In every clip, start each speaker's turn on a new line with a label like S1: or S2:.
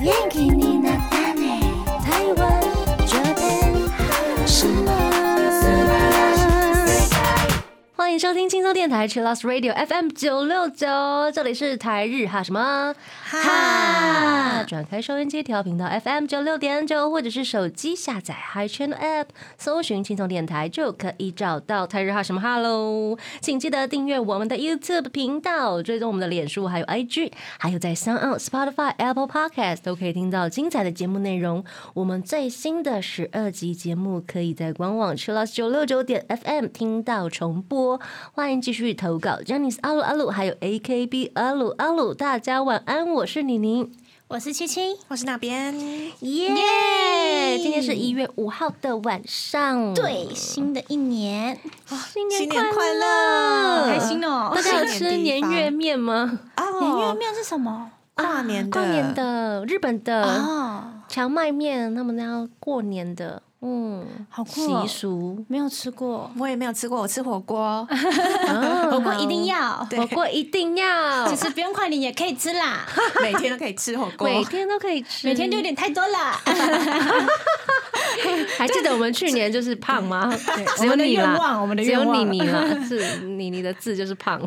S1: 元気になったね台湾这边什么
S2: 欢迎收听轻松电台 Chill Out Radio FM 九六九，这里是台日哈什么哈，转开收音机调频道 FM 九六点九，或者是手机下载 Hi Channel App，搜寻轻松电台就可以找到台日哈什么哈喽。请记得订阅我们的 YouTube 频道，追踪我们的脸书还有 IG，还有在 s o u n Spotify、Apple Podcast 都可以听到精彩的节目内容。我们最新的十二集节目可以在官网 Chill Out 九六九点 FM 听到重播。欢迎继续投稿 j a n i c e 阿鲁阿鲁，还有 AKB 阿鲁阿鲁，大家晚安，我是妮妮，
S1: 我是七七，
S3: 我是那边，
S2: 耶、今天是一月五号的晚上，，
S1: 对新的一年，
S2: 新年
S3: 新年快
S2: 乐
S3: 乐，
S4: 开心哦！
S2: 大家有
S3: 新
S2: 吃
S3: 年
S2: 年
S3: 地方
S2: 月面吗？
S1: 年
S3: 哦
S1: 月！面是什么？
S3: 跨年的
S2: 过年的日本的
S1: 哦，
S2: 荞麦面，他们那要过年的，嗯，
S1: 好酷哦，
S2: 习俗
S1: 没有吃过，
S3: 我也没有吃过，我吃火锅，
S2: 火
S4: 火锅一定，要，
S2: 火锅啊一 定要
S4: 嗯其，实不用跨年也可以吃啦，
S3: 每天都可以吃火锅。
S2: 每天都可以吃，
S4: 每天就有点太多了。
S1: 哎
S2: 还记得我们去年就是胖吗？ 只
S4: 我
S2: 有
S4: 们的
S2: 你
S4: 愿
S2: 啦，
S4: 望我们的
S2: 只有
S4: 愿望
S2: 你你 啦，是你你的字就是 胖。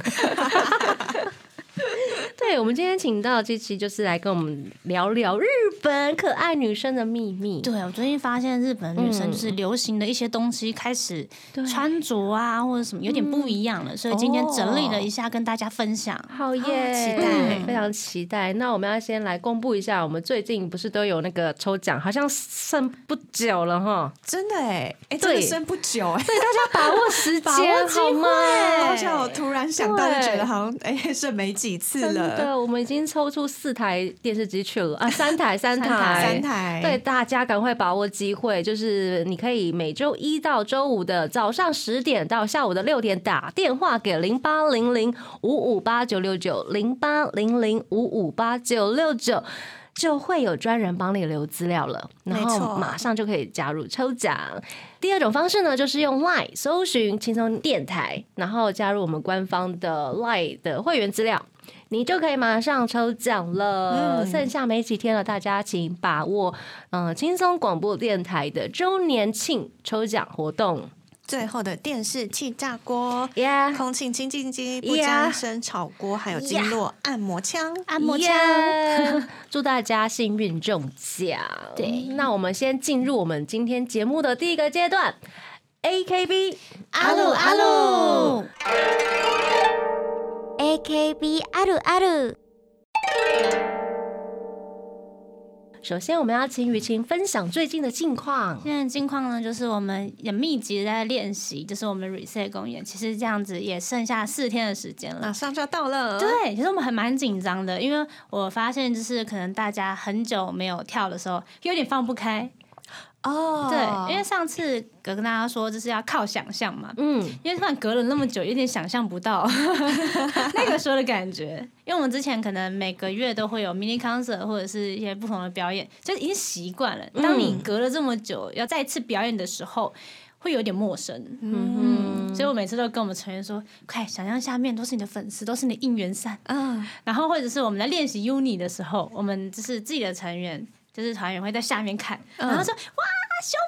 S2: 对，我们今天请到这期就是来跟我们聊聊日本可爱女生的秘密。
S1: 对我最近发现日本女
S4: 嗯
S1: 生就是流行的一些东西开始
S2: 对
S1: 穿着啊或者什么有点不一样
S4: 嗯
S1: 了，所以今天整
S4: 哦
S1: 理了一下跟大家分享。
S2: 好耶！嗯
S3: 期待
S2: 非常期待。那我们要先来公布一下，我们最近不是都有那个抽奖，好像剩不久了哈，
S3: 真的哎，哎，真
S2: 对
S3: 的生不久哎。
S2: 对，大家把握时
S3: 把握
S2: 间
S3: 机
S2: 好吗？
S3: 好像我突然想到，就
S2: 对
S3: 觉得好像哎，剩没几次
S2: 真
S3: 了。
S2: 的，我们已经抽出四台电视机去了啊，三台，三台，
S3: 三台
S2: 对，大家赶快把握机会，就是你可以每周一到周五的早上十点到下午的六点打电话给零八零零五五八九六九零八零零五五八九六九。就会有专人帮你留资料了，然
S3: 没
S2: 后
S3: 错
S2: 马上就可以加入抽奖。第二种方式呢，就是用 LINE 搜寻轻松电台，然后加入我们官方的 LINE 的会员资料，你就可以马上抽奖
S3: 嗯
S2: 了。剩下没几天了，大家请把握嗯轻松广播电台的周年庆抽奖活动。
S3: 最后的电视气炸锅、
S2: 耶、
S3: 空气清净机、不
S2: Yeah
S3: 加生炒锅，还有经络按摩枪。
S1: 按摩枪
S2: Yeah，祝 大家幸运中奖。
S1: 对，
S2: 那我们先进入我们今天节目的第一个阶段，AKB
S1: 阿鲁阿鲁，
S5: AKB あるある
S2: 首先，我们要请雨晴分享最近的近况。
S1: 现在近况呢，就是我们也密集地在练习，就是我们 reset 公演，其实这样子也剩下四天的时间了
S3: 马。上就要到了，
S1: 对，其实我们还蛮紧张的，因为我发现就是可能大家很久没有跳的时候，有点放不开。
S3: 哦，
S1: 对，因为上次有跟大家说，就是要靠想象嘛，
S2: 嗯，
S1: 因为突然隔了那么久，有点想象不到 那个时候的感觉。因为我们之前可能每个月都会有 mini concert 或者是一些不同的表演，就已经习惯了。当你隔了这么久要再次表演的时候，会有点陌生。嗯所以我每次都跟我们成员说：“快想象下面都是你的粉丝，都是你的应援扇。”
S3: 嗯，
S1: 然后或者是我们在练习 UNI 的时候，我们就是自己的成员，就是团员会在下面看，然后说哇兄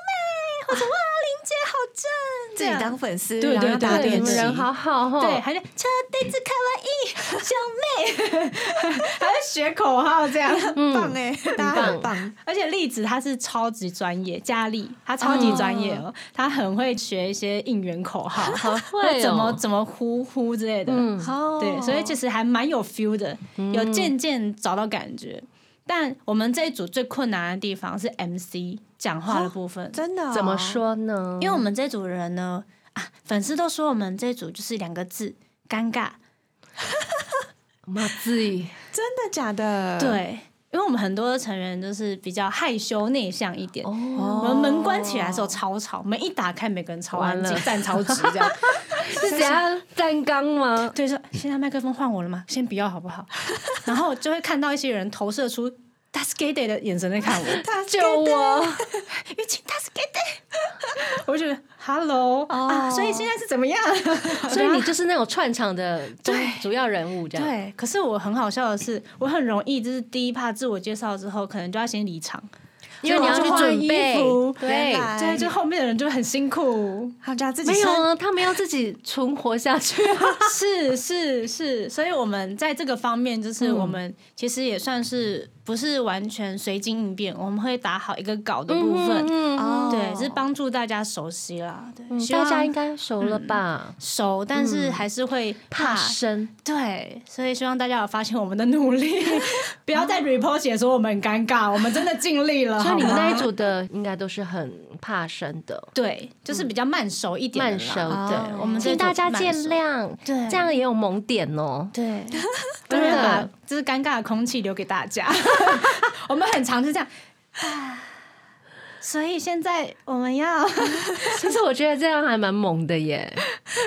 S1: 妹，或者哇林姐好正，
S3: 自己当粉丝，
S1: 对
S3: 然后
S1: 对
S3: 要打
S1: 对
S2: 你
S3: 练
S2: 们
S3: 习，
S2: 人好哦好哈。
S1: 对，还是车地子卡哇伊兄妹， 还在学口号这样。
S3: 很棒哎，大家很棒，
S1: 而且栗子她是超级专业，佳丽她超级专业哦，她很会学一些应援口号，好
S2: 会哦
S1: 怎么怎么呼呼之类的。
S2: 嗯
S3: 哦
S1: 对，所以其实还蛮有 feel 的，有渐渐找到感觉。但我们这一组最困难的地方是 MC 讲话的部分，
S3: 真的哦
S2: 怎么？说呢？
S1: 因为我们这组人呢，啊，粉丝都说我们这组就是两个字，尴尬。
S2: 马自己
S3: 真的假的？，
S2: 嗯
S1: 对，因为我们很多成员就是比较害羞内向一点。
S2: 哦，
S1: 我们门关起来的时候超吵，门一打开，每个人超安
S2: 完
S1: 静
S2: 了，
S1: 站超直这样。
S2: 是怎样站岗吗？
S1: 对，说现在麦克风换我了 吗？先不要好不好？ 然后就会看到一些人投射出 d a s k a d e 的眼神在看我，
S3: 他
S2: 救我！
S1: 玉清 d a s k a d e 我就觉得 Hello，、啊，
S2: 哦
S1: 所以现在是怎么 样？
S2: 所以你就是那种串场的中
S1: 对
S2: 主要人物，这样。
S1: 对，可是我很好笑的是，我很容易就是第一趴自我介绍之后，可能就要先离场，
S2: 因为你要去准备哎
S1: 就换衣服，
S2: 对
S3: 原。来
S1: 对，就后面的人就很辛苦。
S3: 他家自己
S2: 没有
S3: 生
S2: 啊，他们要自己存活下去。啊
S1: 是是是，所以我们在这个方面，就是
S2: 嗯
S1: 我们其实也算是不是完全随机应变，我们会打好一个稿的部分，
S2: 嗯
S3: 哦
S1: 对，只是帮助大家熟悉啦。对，希
S2: 大家
S1: 望
S2: 应该熟了吧？
S1: 熟，但是还是会
S2: 怕
S1: 怕。
S2: 生，
S1: 对，所以希望大家有发现我们的努力， 不要再 report 写说我们很尴尬，我们真的尽力了。
S2: 哦所以你
S1: 好
S2: 们
S1: 吗
S2: 那一组的应该都是很怕生的，
S1: 对，就是比较慢熟一点的
S2: 嗯慢
S1: 啦，
S2: 熟
S1: 对，
S2: 的。
S1: 我们这
S2: 请大
S1: 组
S2: 家
S1: 慢
S2: 见
S1: 熟。
S2: 谅，
S1: 对
S2: 这样也有萌点 哦。
S1: 对，
S2: 真
S1: 真
S2: 的
S1: 的把就是尴尬的空气留给大 家。我们很常是这样，所以现在我们要
S2: 其实我觉得这样还蛮萌的耶，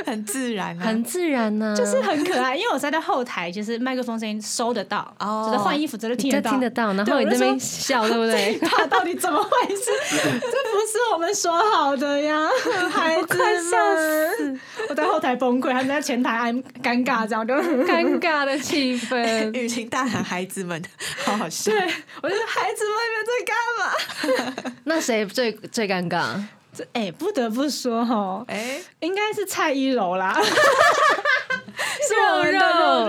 S3: 很自然啊，
S2: 很自然 呢，
S1: 就是很可爱，因为我在到后台，就是麦克风声音收得到，
S3: 哦
S1: 就是换衣服真的听
S2: 就
S1: 得到，
S2: 听 得到，然后
S1: 对
S2: 你
S1: 我
S2: 那
S1: 就
S2: 边
S1: 说
S2: 笑，对不对？
S1: 他到底怎么回事？ 这不是我们说好的 呀，孩子快笑死！我在后台崩溃，他们在前台安尴尬，这样我就
S2: 尴尬的气氛，
S3: 雨晴大喊孩子们， 好好笑。
S1: 对，我就说孩子们你们在干嘛？
S2: 那谁最最尴尬？
S1: 这哎、不得不说哈，
S3: 哎，
S1: 应该是蔡依柔啦， 是我们的
S2: 肉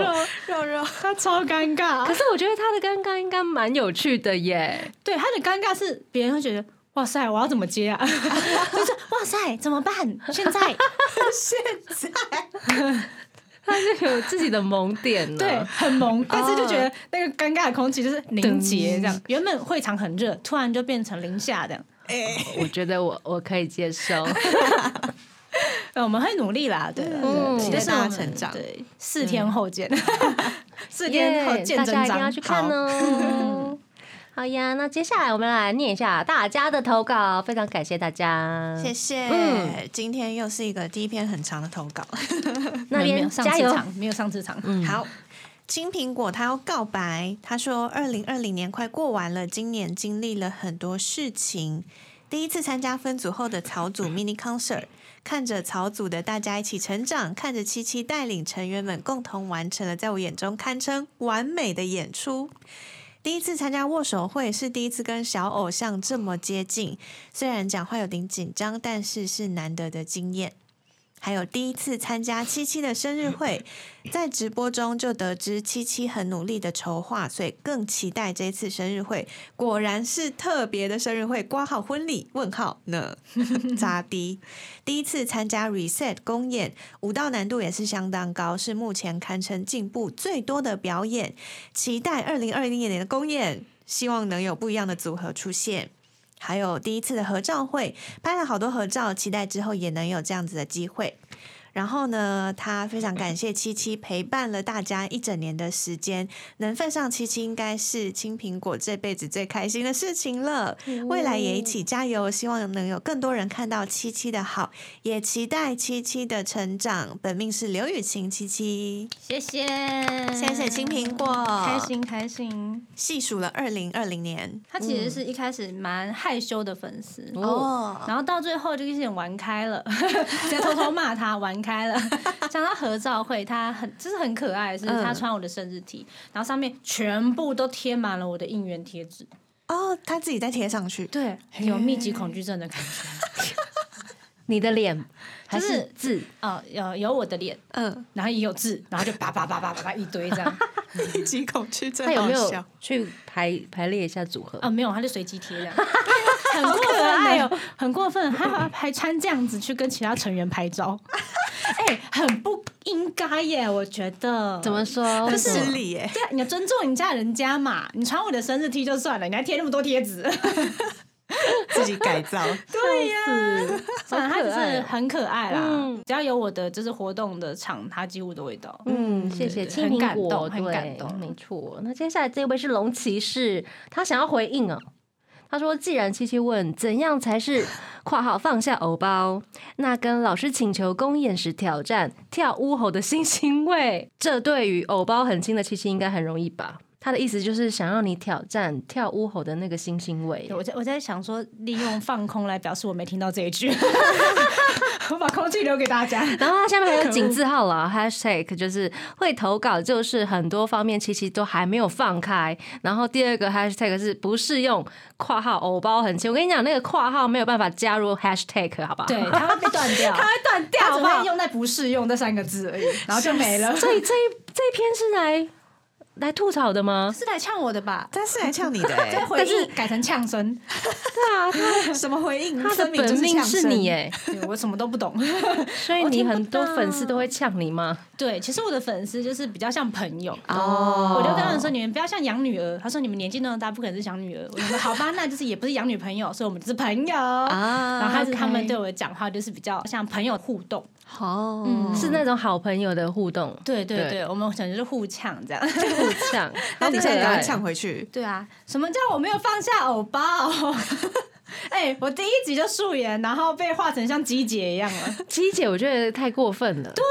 S1: 肉
S2: 肉
S1: 肉，
S3: 肉肉，
S1: 她超尴
S2: 可
S1: 尬。
S2: 是我觉得他的尴尬应该蛮有趣的耶，
S1: 对，她的尴尬是别人会觉得。哇塞，我要怎么接 啊？就是哇塞，怎么办？现在
S3: 现在
S2: 他就有自己的萌点呢。
S1: 对，很 萌，但是就觉得那个尴尬的空气就是凝结这样。嗯原本会场很热，突然就变成零下这样。
S3: 哎，
S2: 我觉得我我可以接受。
S1: 呃，我们会努力啦，对啦，
S2: 嗯
S1: 对，
S2: 期
S3: 待
S1: 这是我们
S3: 大家成长
S1: 对，四天后见， 四天后
S2: 耶
S1: 见
S2: 大
S1: 真章，
S2: 家一定要去看
S1: 好。
S2: 哦。 好呀，那接下来我们来念一下大家的投稿，非常感谢大家，
S3: 谢
S2: 嗯
S3: 谢。今天又是一个第一篇很长的投稿。
S2: 那
S1: 没有
S2: 边
S1: 上
S2: 加
S1: 次
S2: 油。
S1: 场没有上次场，
S3: 好，青苹果他要告白，他说二零二零年快过完了，今年经历了很多事情。第一次参加分组后的草组 mini concert，看着草组的大家一起成长，看着七七带领成员们共同完成了在我眼中堪称完美的演出。第一次参加握手会是第一次跟小偶像这么接近，虽然讲话有点紧张，但是是难得的经验。还有第一次参加七七的生日会，在直播中就得知七七很努力的筹划，所以更期待这次生日会。果然是特别的生日会，挂号婚礼？问号呢？ 咋的？第一次参加 Reset 公演，舞蹈难度也是相当高，是目前堪称进步最多的表演。期待二零二零年的公演，希望能有不一样的组合出现。还有第一次的合照会，拍了好多合照，期待之后也能有这样子的机会。然后呢，他非常感谢七七陪伴了大家一整年的时间，能份上七七应该是青苹果这辈子最开心的事情了。
S2: 嗯
S3: 未来也一起加油，希望能有更多人看到七七的好，也期待七七的成长。本命是刘雨晴七七，
S1: 谢谢，
S2: 嗯
S3: 谢谢青苹果，
S1: 开心开心。嗯
S3: 细数了二零二零年
S1: 啊他其实是一开始蛮害羞的粉丝，
S3: 哦，
S1: 然后到最后就有点玩开 了，直接偷偷骂他玩开了。像他合照会，他很就是很可爱，是
S2: 嗯
S1: 他穿我的生日 T，、然后上面全部都贴满了我的应援贴纸，
S3: 哦，他自己再贴上去，
S1: 对，有密集恐惧症的感觉。
S2: 你的脸还
S1: 就是是
S2: 字？
S1: 哦，有有我的脸，
S3: 嗯，
S1: 然后也有字，然后就叭叭叭叭叭叭一堆这样。
S3: 一级恐惧症
S2: 他有没
S3: 好
S2: 有
S3: 笑
S2: 去排排列一下组合？
S1: 啊，没有，他就随机贴这样。 很过分哦，很过分，还还还穿这样子去跟其他成员拍照， 哎、很不应该耶，我觉得。
S2: 怎么？说？
S3: 很
S2: 为什么
S3: 失礼耶？
S1: 对啊，你要尊重人家人家嘛，你穿我的生日 T 就算了，你还贴那么多贴纸。
S3: 自己改造，
S1: 对呀、 算了，
S2: 好
S1: 啊他
S2: 可
S1: 只
S2: 爱
S1: 是
S2: 哦
S1: 很可爱啦，
S2: 嗯
S1: 只要有我的就是活动的场，他几乎都会到。
S2: 嗯，谢谢
S1: 对
S2: 青
S1: 很
S2: 苹
S1: 感
S2: 果，
S1: 动很
S2: 对
S1: 感动
S2: 没错。那接下来这位是龙骑士，他想要回应哦。他说：“既然七七问怎样才是 （括号放下偶包），那跟老师请求公演时挑战跳乌吼的星星位，这对于偶包很轻的七七应该很容易吧？他的意思就是想让你挑战跳乌吼的那个星星尾
S1: 对。我在我在想说，利用放空来表示我没听到这一句， 我把空气留给大家。
S2: 然后它下面还有井字号了，#hashtag 就是会投稿，就是很多方面其实都还没有放开。然后第二个 #hashtag 是不适用（括号偶包很轻）。我跟你讲，那个括号没有办法加入 #hashtag，好不好？
S1: 对，它会被断掉，它会断
S2: 掉
S1: 它只
S2: 好不好
S1: 会用在不适用这三个字而已，然后就没了。
S2: 所 以这一这一篇是来来吐槽的吗？
S1: 是来呛我的吧？
S3: 但是来呛你的、
S1: 这
S3: 欸，
S1: 回应改成呛 声，
S3: 什么回应？
S2: 啊他的
S3: 分明就
S2: 本命
S3: 呛
S2: 是
S3: 声
S2: 你哎，
S1: 对我什么都不懂。
S2: 所以你很多粉丝都会呛你吗？
S1: 对，其实我的粉丝就是比较像朋友。
S2: 哦
S1: 我就跟他们说，你们不要像养女儿。他说你们年纪那么大，不可能是养女儿。我就说好吧，那就是也不是养女朋友，所以我们只是朋友。
S2: 啊
S1: 然后开始
S2: OK
S1: 他们对我讲话就是比较像朋友互动。
S3: 哦，
S2: 是那种好朋友的互动，
S1: 对对
S2: 嗯对
S1: 对，我们可能就是互呛这样。
S2: 互 呛。
S3: 那你现在赶快
S2: 呛。
S3: 呛回去。
S1: 对啊，什么叫我没有放下偶包？ 哎、我第一集就素颜，然后被画成像鸡姐一样了。
S2: 鸡姐，我觉得太过分了。对，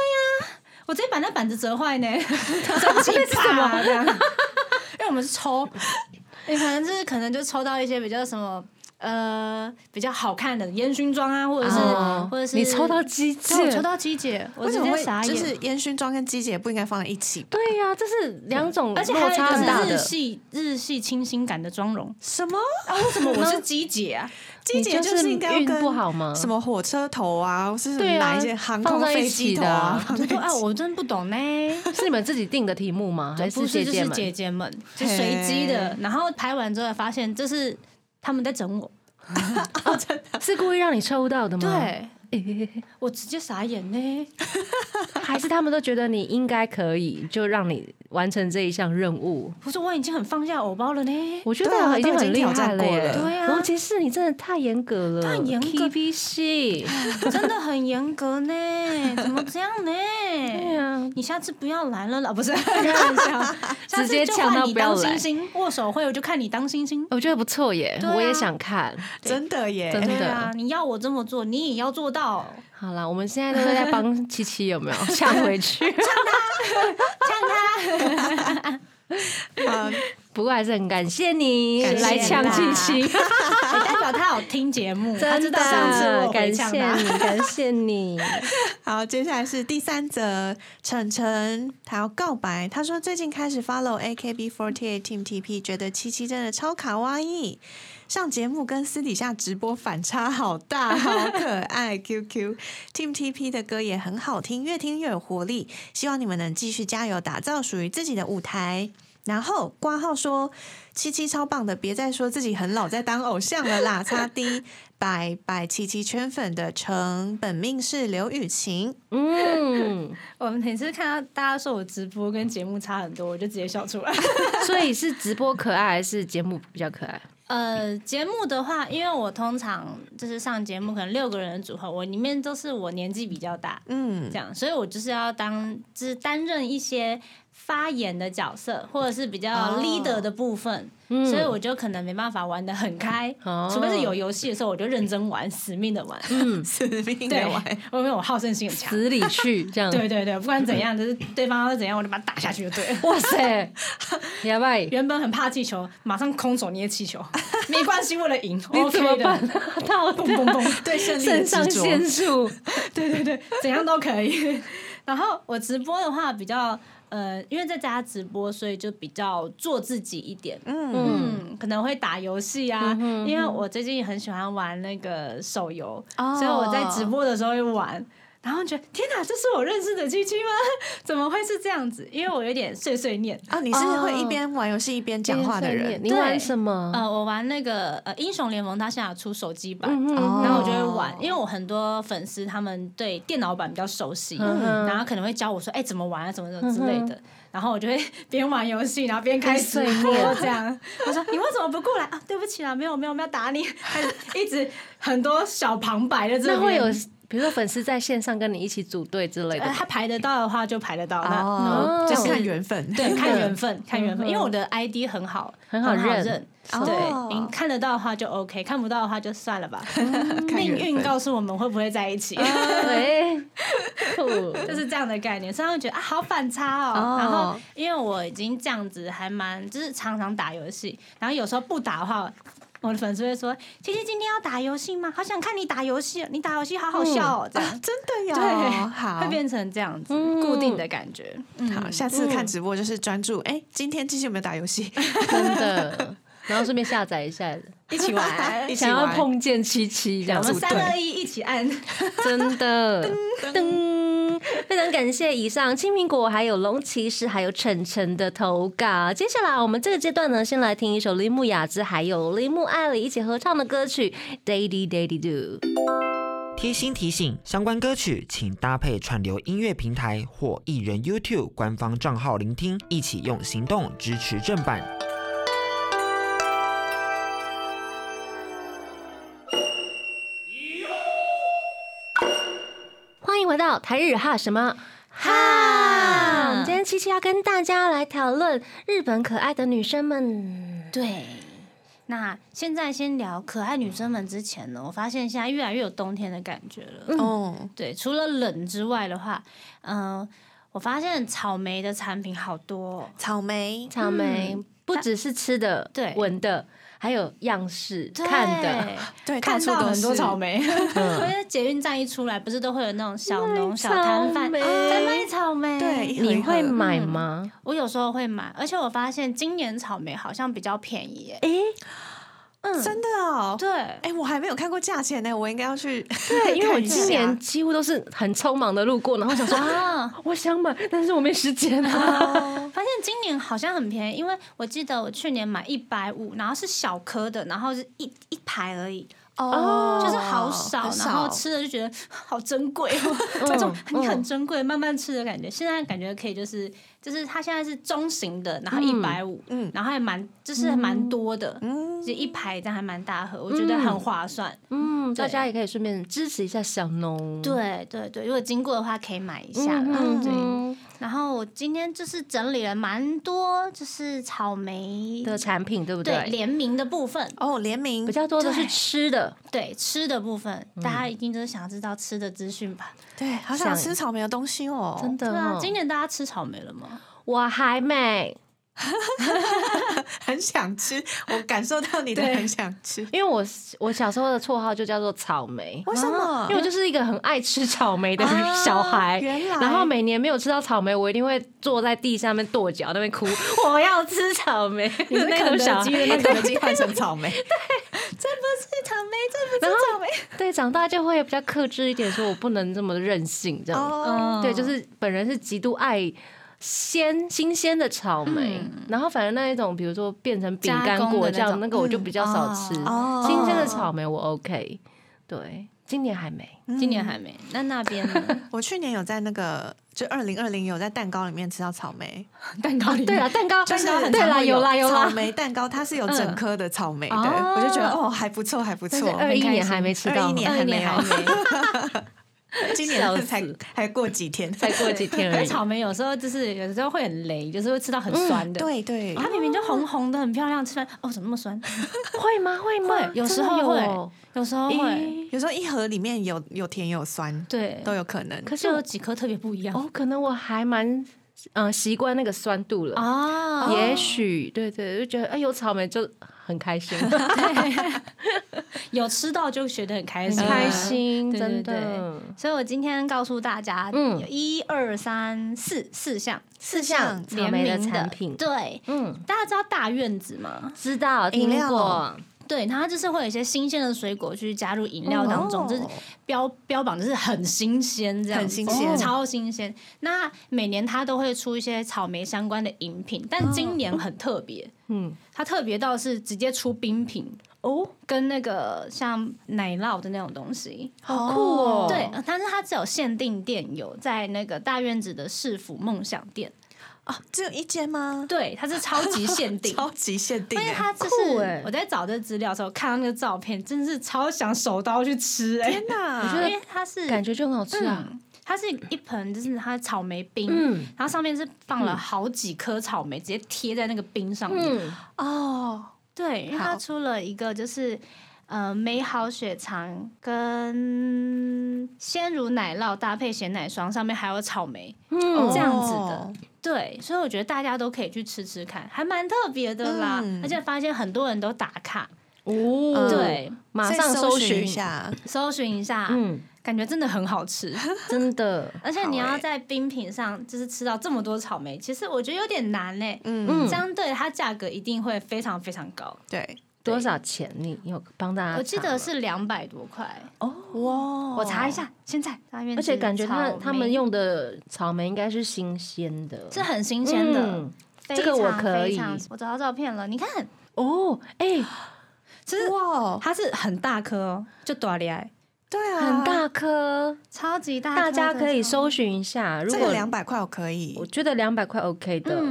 S1: 我直接把那板子折坏呢，生气什么这样？ 因为我们是抽，哎、可能就是可能就抽到一些比较什么呃比较好看的烟熏妆啊，或者是、或者是
S2: 哦你抽到鸡姐
S1: 对，我抽到鸡姐，我
S3: 为什
S1: 直
S3: 么
S1: 接
S3: 会
S1: 傻眼。
S3: 就是烟熏妆跟机姐不应该放在一起？
S2: 对呀、这是两种
S1: 而且还
S2: 落
S1: 有
S2: 差很
S1: 一
S2: 大
S1: 个是日
S2: 的。
S1: 系日系清新感的妆容，
S3: 什么？
S1: 啊，为什么 我是鸡姐啊？
S3: 机姐
S2: 就是
S3: 应该要
S2: 运
S3: 跟
S2: 不好吗
S3: 什么火车头啊，或是
S2: 对啊
S3: 哪一些航空
S2: 放在一
S3: 飞
S2: 起
S3: 机
S2: 的
S3: 头啊？
S1: 我就说啊，我真不懂呢。
S2: 是你们自己定的题 目吗？还
S1: 哦不
S2: 姐
S1: 是，就
S2: 姐
S1: 是
S2: 们？
S1: 姐姐们，就随机的
S3: 嘿。
S1: 然后拍完之后发现，这是他们在整我。
S2: 是故意让你抽到的吗？
S1: 对，
S2: 对，
S1: 我直接傻眼呢。
S2: 还是他们都觉得你应该可以，就让你完成这一项任务？
S1: 我说我已经很放下偶包了呢。
S2: 我觉
S3: 对啊
S2: 得已经很厉害
S3: 都已经挑战过
S2: 耶。
S3: 了
S1: 对啊
S2: 尤其是你真的太严格了，
S1: 太严格
S2: TBC，
S1: 真的很严格呢， 怎么这样呢？
S2: 对啊，
S1: 你下次不要来了啦， 不是开玩笑，下次
S2: 直接
S1: 就
S2: 呛到
S1: 换你
S2: 不要
S1: 当
S2: 来
S1: 星星，握手会我就看你当星星。
S2: 我觉得不错耶，
S1: 对啊
S2: 我也想看。
S3: 真的耶！
S2: 真的
S1: 对啊，你要我这么做，你也要做到，
S2: 好啦，我们现在都在帮七七有 没有呛回去？
S1: 呛他。
S3: 啊
S2: 不过还是很感谢你
S3: 感谢
S2: 哎来呛七七。
S1: 也 代表他有听节目，他知道上次我
S2: 感
S1: 回
S2: 谢
S1: 呛他。
S2: 你， 感谢你。
S3: 好，接下来是第三则，晨晨他要告白，他说最近开始 follow AKB48 Team TP，觉得七七真的超卡哇伊，上节目跟私底下直播反差好大，好可爱。QQ Team TP 的歌也很好听，越听越有活力，希望你们能继续加油，打造属于自己的舞台。然后挂号说七七超棒的，别再说自己很老在当偶像了啦，擦 D。百百七七圈粉的成本命是刘雨晴，
S2: 嗯，
S1: 我们每次看到大家说我直播跟节目差很多，我就直接笑出来。
S2: 所以是直播可爱还是节目比较可爱？
S1: 呃，节目的话，因为我通常就是上节目，可能六个人的组合，我里面都是我年纪比较大，
S3: 嗯
S1: 这，样，所以我就是要当，就是担任一些发言的角色，或者是比较
S3: 哦
S1: leader 的部分，
S2: 嗯
S1: 所以我就可能没办法玩的很开，
S2: 哦
S1: 除非是有游戏的时候，我就认真玩，死命的玩。
S3: 死命
S1: 嗯对
S3: 的玩，，
S1: 我因为我好胜心很 强。
S2: 死里去这样。
S1: 对对对，不管怎样，就是对方要是怎样，我就把他打下去就对了。
S2: 哇塞，やばい！
S1: 原本很怕气球，马上空手捏气 球，没关系，为了赢，
S2: 你怎么
S1: OK 的
S2: 办？到
S1: 蹦蹦蹦，
S3: 对胜利的
S2: 肾上
S3: 执着，
S2: 腺素，
S1: 对对对，怎样都可以。 然后我直播的话比较呃，因为在家直播，所以就比较做自己一点。
S3: 嗯，
S2: 嗯，
S1: 嗯，可能会打游戏啊，因为我最近很喜欢玩那个手游，
S3: 哦
S1: 所以我在直播的时候会玩。然后觉得天哪，这是我认识的七七吗？ 怎么会是这样子？因为我有点碎碎念。
S3: 啊，你是会
S1: 哦
S3: 一边玩游戏一边讲话的人，
S2: 你玩什么？
S1: 呃，我玩那个呃英雄联盟，它现在有出手机版，
S2: 嗯
S3: 哦
S1: 然后我就会玩，因为我很多粉丝他们对电脑版比较熟悉，
S2: 嗯哼嗯
S1: 然后可能会教我说，哎、怎么玩啊，怎么怎么之类的。然后我就会 边玩游戏，然后边开直
S2: 边碎
S1: 播
S2: 念
S1: 这样。我说你为什么不过来啊？对不起啦，没有没有没有打你，开始一直很多小旁白的这
S2: 那
S1: 边
S2: 会有比如说粉丝在线上跟你一起组队之类的
S1: 呃，他排得到的话就排得到，那、
S2: 哦
S1: 就
S3: 就是看缘分。
S1: 对，看缘分，看缘分。
S2: 嗯
S1: 因为我的 ID 很好，
S2: 很好
S1: 好
S2: 认
S3: 哦
S1: 对，你看得到的话就 OK，看不到的话就算了吧。
S3: 看
S1: 命
S3: 缘
S1: 运
S3: 分啊
S1: 告诉我们会不会在一起，
S2: 对，酷，
S1: 就是这样的概念。所以他们觉得啊，好反差哦。
S2: 哦
S1: 然后因为我已经这样子，还蛮就是常常打游戏，然后有时候不打的话。我的粉丝会说：“琪琪今天要打游戏吗？好想看你打游戏哦，你打游戏好好笑哦。”这样
S3: 真的
S1: 对，
S3: 呀，嗯哦好，嗯
S1: 会变成这样子
S2: 嗯
S1: 固定的感觉。嗯
S3: 好。下次看直播就是专注，哎，今天继续有没有打游戏？
S2: 真的。然后顺便下载一下，
S1: 一起玩
S3: 一起
S2: 想要
S3: 玩
S2: 碰见七七这样
S1: 我
S2: 子
S1: 们
S3: 组
S1: 三
S3: 队
S1: 二一一起按。
S2: 真的。噔，非常感谢以上青苹果、还有龙骑士、还有晨晨的投稿。接下来我们这个阶段呢，先来听一首铃木雅之还有铃木爱里一起合唱的歌曲《Daddy Daddy Do》。
S6: 贴心提醒：相关歌曲请搭配串流音乐平台或艺人 YouTube 官方账号聆听，一起用行动支持正版。
S2: 欢迎回到台日哈什么哈？我们今天七七要跟大家来讨论日本可爱的女生们。
S1: 对，那现在先聊可爱女生们之前呢，我发现现在越来越有冬天的感觉了。
S3: 哦，
S1: 对，除了冷之外的话，嗯、我发现草莓的产品好多、哦。
S3: 草莓，
S2: 草莓、不只是吃的、
S1: 对
S2: 闻的，还有样式、
S1: 对
S2: 看的。，
S3: 对，
S1: 看
S3: 到处
S1: 到
S3: 都
S1: 很多
S3: 是
S1: 草莓。我觉得捷运站一出来，不是都会有那种小农小摊贩啊
S2: 卖草莓
S1: 在卖草莓？
S3: 对，一盒
S2: 你
S3: 一盒
S2: 会买吗？
S1: 我有时候会买，而且我发现今年草莓好像比较便宜耶。
S2: 诶、
S1: 嗯
S3: 真的哦？
S1: 对，
S3: 哎，我还没有看过价钱呢，我应该要去看一下。
S2: 对，因啊为我今年几乎都是很匆忙的路过，然后想说
S1: 啊，
S2: 我想买，但是我没时间啊。
S1: 发现今年好像很便宜，因为我记得我去年买一百五，然后是小颗的，然后是一一排而已，
S3: 哦
S1: 就是好少，
S3: 很
S1: 然后吃了就觉得好珍贵哦， 这种你很珍贵，慢慢吃的感觉。现在感觉可以就是就是它现在是中型的，然后一百五，
S3: 嗯
S1: 然后还蛮就是还蛮多的，
S3: 嗯
S1: 就一排但还蛮大盒，我觉得很划算。
S2: 嗯，大
S1: 对
S2: 家也可以顺便支持一下小农。
S1: 对对对，如果经过的话可以买一
S2: 嗯
S1: 下啦。
S2: 哼
S1: 对，
S2: 哼
S1: 然后我今天就是整理了蛮多，就是草莓
S2: 的产品对不
S1: 对联名的部分，
S3: 哦，联名
S2: 比较多的是
S1: 对
S2: 吃的，
S1: 对吃的部分，大家一定都是想知道吃的资讯吧？
S3: 对，好
S2: 像
S3: 想吃草莓的东西哦，
S2: 真的
S1: 对啊，
S2: 哦、
S1: 今年大家吃草莓了吗？
S2: 我还没，
S3: 很想吃，我感受到你的很想吃。
S2: 因为我我小时候的绰号就叫做草莓。
S3: 为什么
S2: 因为？我就是一个很爱吃草莓的小孩，
S3: 原来
S2: 然后每年没有吃到草莓，我一定会坐在地上面跺脚，那边哭，我要吃草莓 的那种小孩。
S3: 那肯德基换成草莓，
S1: 草莓，这不
S2: 然后 对，长大就会比较克制一点，说我不能这么任性这样。
S3: 哦，
S2: 对，就是本人是极度爱鲜新鲜的草莓，然后反正那一种比如说变成饼
S1: 嗯加
S2: 干
S1: 工的
S2: 果
S1: 那
S2: 酱
S1: 种嗯
S2: 那个我就比较少吃，
S3: 哦
S2: 新鲜的草莓我 OK。对，今 年还没。
S1: 今年还没。那那边呢？
S3: 我去年有在那个，就二零二零有在蛋糕里面吃到草莓，
S1: 蛋糕里
S2: 对了， 蛋糕，
S3: 就是
S2: 对啦，有啦有
S3: 草
S2: 啦。
S3: 莓蛋糕，它是有整颗的草莓的，
S1: 哦
S3: 我就觉得哦还不错，还不
S2: 但是
S3: 错。
S2: 二一
S1: 很开
S2: 年
S1: 心
S2: 还没吃到，
S3: 21年
S1: 二
S3: 还
S1: 一
S3: 没
S1: 年
S3: 有
S1: 还没。
S3: 今年才 还过几天，
S2: 才 过几天而
S1: 而
S2: 已
S1: 且。草莓有时候就是有时候会很雷，就是会吃到很酸
S2: 嗯
S1: 的。
S3: 对对，
S1: 它明明就红红的，很漂亮，吃完哦怎么那么酸？
S2: 会吗？会吗
S1: 会？有时
S2: 真的
S1: 候
S2: 有
S1: 会
S2: 哦
S1: 有时候会，
S3: 有时候一盒里面有有甜有酸，
S1: 嗯对，
S3: 都有可能。
S1: 可是有几颗特别不一样
S2: 哦，可能我还蛮嗯习惯那个酸度了。
S1: 啊
S2: 也许对对，就觉得哎有草莓就很开心，
S1: 有吃到就觉得很开
S2: 很
S1: 心，
S2: 开心，
S1: 嗯对
S2: 真
S1: 啊对
S2: 的
S1: 对。所以我今天告诉大家，
S2: 嗯
S1: 有一二三四四项
S3: 四项
S2: 草莓的
S1: 联名
S2: 产品
S1: 对，
S2: 嗯，
S1: 大家知道大院子吗？
S2: 知
S1: 嗯
S2: 道
S3: 饮
S2: 听
S3: 料
S2: 过，
S1: 对，它就是会有一些新鲜的水果去加入饮料当中，
S3: 哦
S1: 就是标标榜就是很新鲜，这样子哦
S3: 很新鲜
S1: 超新鲜。那每年它都会出一些草莓相关的饮品，
S3: 哦
S1: 但今年很特别，
S2: 嗯，
S1: 它特别到是直接出冰品哦，跟那个像奶酪的那种东西。呃
S3: 好
S2: 酷哦
S1: 对，但是它只有限定店有，在那个大院子的市府梦想店。
S3: 哦，只有一间吗？
S1: 对，它是超级限定。
S3: 超级限定
S1: 因为
S3: 欸，
S1: 它就
S2: 酷
S1: 是
S2: 欸
S1: 我在找这资料的时候看到那个照片，真是超想手刀去吃哎、
S3: 天哪！
S1: 因为它是
S2: 感觉就很好吃啊。
S1: 嗯，它是一盆就是它的草莓冰，
S2: 嗯
S1: 然后上面是放了好几颗草莓，直接贴在那个冰上面。
S2: 嗯，
S3: 哦，
S1: 对，因为
S3: 好
S1: 它出了一个就是呃美好雪藏跟鲜乳奶酪搭配咸奶霜，上面还有草莓，
S2: 嗯
S1: 这样子
S3: 哦
S1: 的。对，所以我觉得大家都可以去吃吃看，还蛮特别的啦。
S3: 嗯
S1: 而且发现很多人都打卡，嗯
S2: 哦
S1: 对，
S2: 马
S3: 再
S2: 上
S3: 搜
S2: 寻
S3: 一，下，
S1: 搜寻一下，
S2: 嗯，
S1: 感觉真的很好 吃。
S2: 真的，
S1: 而且你
S3: 好
S1: 要
S3: 欸
S1: 在冰品上就是吃到这么多草莓，其实我觉得有点难嘞、
S3: 嗯，
S1: 相对它价格一定会非常非常高，
S3: 对，
S2: 多少钱？你有帮大家查吗？
S1: 我记得是两百多块。
S3: 哇，
S1: 我查一，下，现在在那边
S2: 哦而且感觉他
S1: 吃草莓
S2: 他们用的草莓应该是新鲜的，
S1: 是很新鲜的，
S2: 嗯
S1: 非
S2: 这个我
S1: 常
S2: 可以
S1: 非常我找到照片了，你看，
S2: 哦，哎，
S1: 其实
S3: 哇，
S1: 它是很大颗哦，就多利埃，
S3: 对啊，
S2: 很，大颗，
S1: 超级大颗
S2: 大
S1: 的草莓，
S2: 家可以搜寻一下。如
S3: 这
S2: 果
S3: 个两百块我可以
S2: 我，觉得两百块 OK 的，
S1: 嗯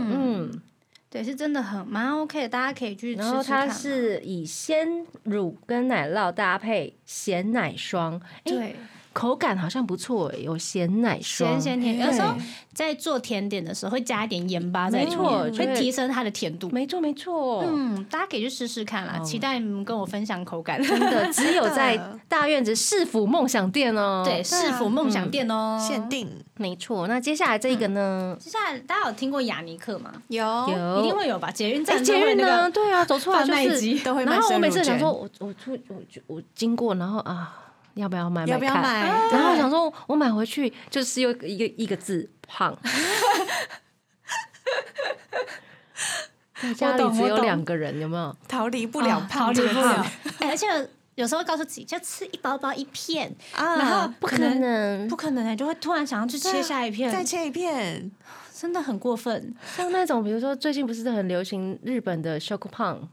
S2: 嗯，
S1: 对，是真的很蛮 OK 的，大家可以去吃
S2: 然后
S1: 吃看
S2: 它是以鲜乳跟奶酪搭配咸奶霜，哎，
S1: 对
S2: 口感好像不错，哎，有咸奶霜，
S1: 咸咸甜，
S3: 对
S1: 有时候在做甜点的时候会加一点盐巴在里
S2: 没错
S1: 面，
S2: 就会
S1: 会提升它的甜度。
S2: 没错没错，
S1: 嗯，大家可以去试试看啦，
S2: 哦
S1: 期待你们跟我分享口感。
S2: 真的只有
S3: 真的
S2: 在大院子市府梦想店 哦，
S1: 对，，是否梦想店哦？
S3: 限。定
S2: 没错。那接下来这一个呢？
S1: 接下来大家有听过雅尼克吗？
S3: 有
S2: 有
S1: 嗯哦一定会有吧，捷运
S2: 哎，
S1: 站
S2: 捷运呢？
S1: 呢？
S2: 对啊，走错了
S1: 贩
S2: 就
S1: 卖
S2: 是。
S1: 机
S3: 都会卖
S2: 然后我
S3: 生
S2: 每
S3: 乳
S2: 次想
S3: 卷
S2: 说，我我出我就我经过，然后啊，要不要买买
S3: 要不要
S2: 看？
S3: 买？啊
S2: 然后我想说，我买回去就是又一个一个字胖。在家里
S1: 懂
S2: 只
S1: 我
S2: 有
S1: 懂
S2: 两个人，有没有？
S3: 逃离不了
S1: 啊
S3: 胖
S1: 逃
S3: 这
S1: 离
S3: 个
S1: 不
S3: 字
S1: 了。哎而且有时候告诉自己，就吃一包包一片，然后
S3: 啊，
S2: 不
S1: 嗯
S2: 可
S1: 可能
S2: 能
S1: 不，可能哎，就会突然想要去切下一
S3: 再
S1: 片，
S3: 切一片，
S1: 真的很过分。
S2: 像那种比如说最近不是很流行日本的 s h o k u p a n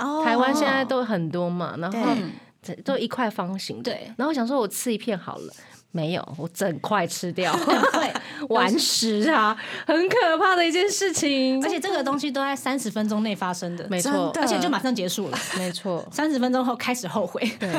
S3: 哦
S2: 台湾现在都很多嘛，然后
S1: 嗯
S3: 对
S2: 这都一块方形的。
S1: 对，
S2: 然后我想说，我吃一片好了，没有，我整块吃掉，
S1: 嗯会，
S2: 完食啊，很可怕的一件事情。
S1: 而且这个东西都在三十分钟内发生的，
S2: 没
S3: 真
S2: 错，
S3: 的
S1: 而且就马上结束了，，
S2: 没错
S1: 三十分钟后开始后悔。
S2: 对。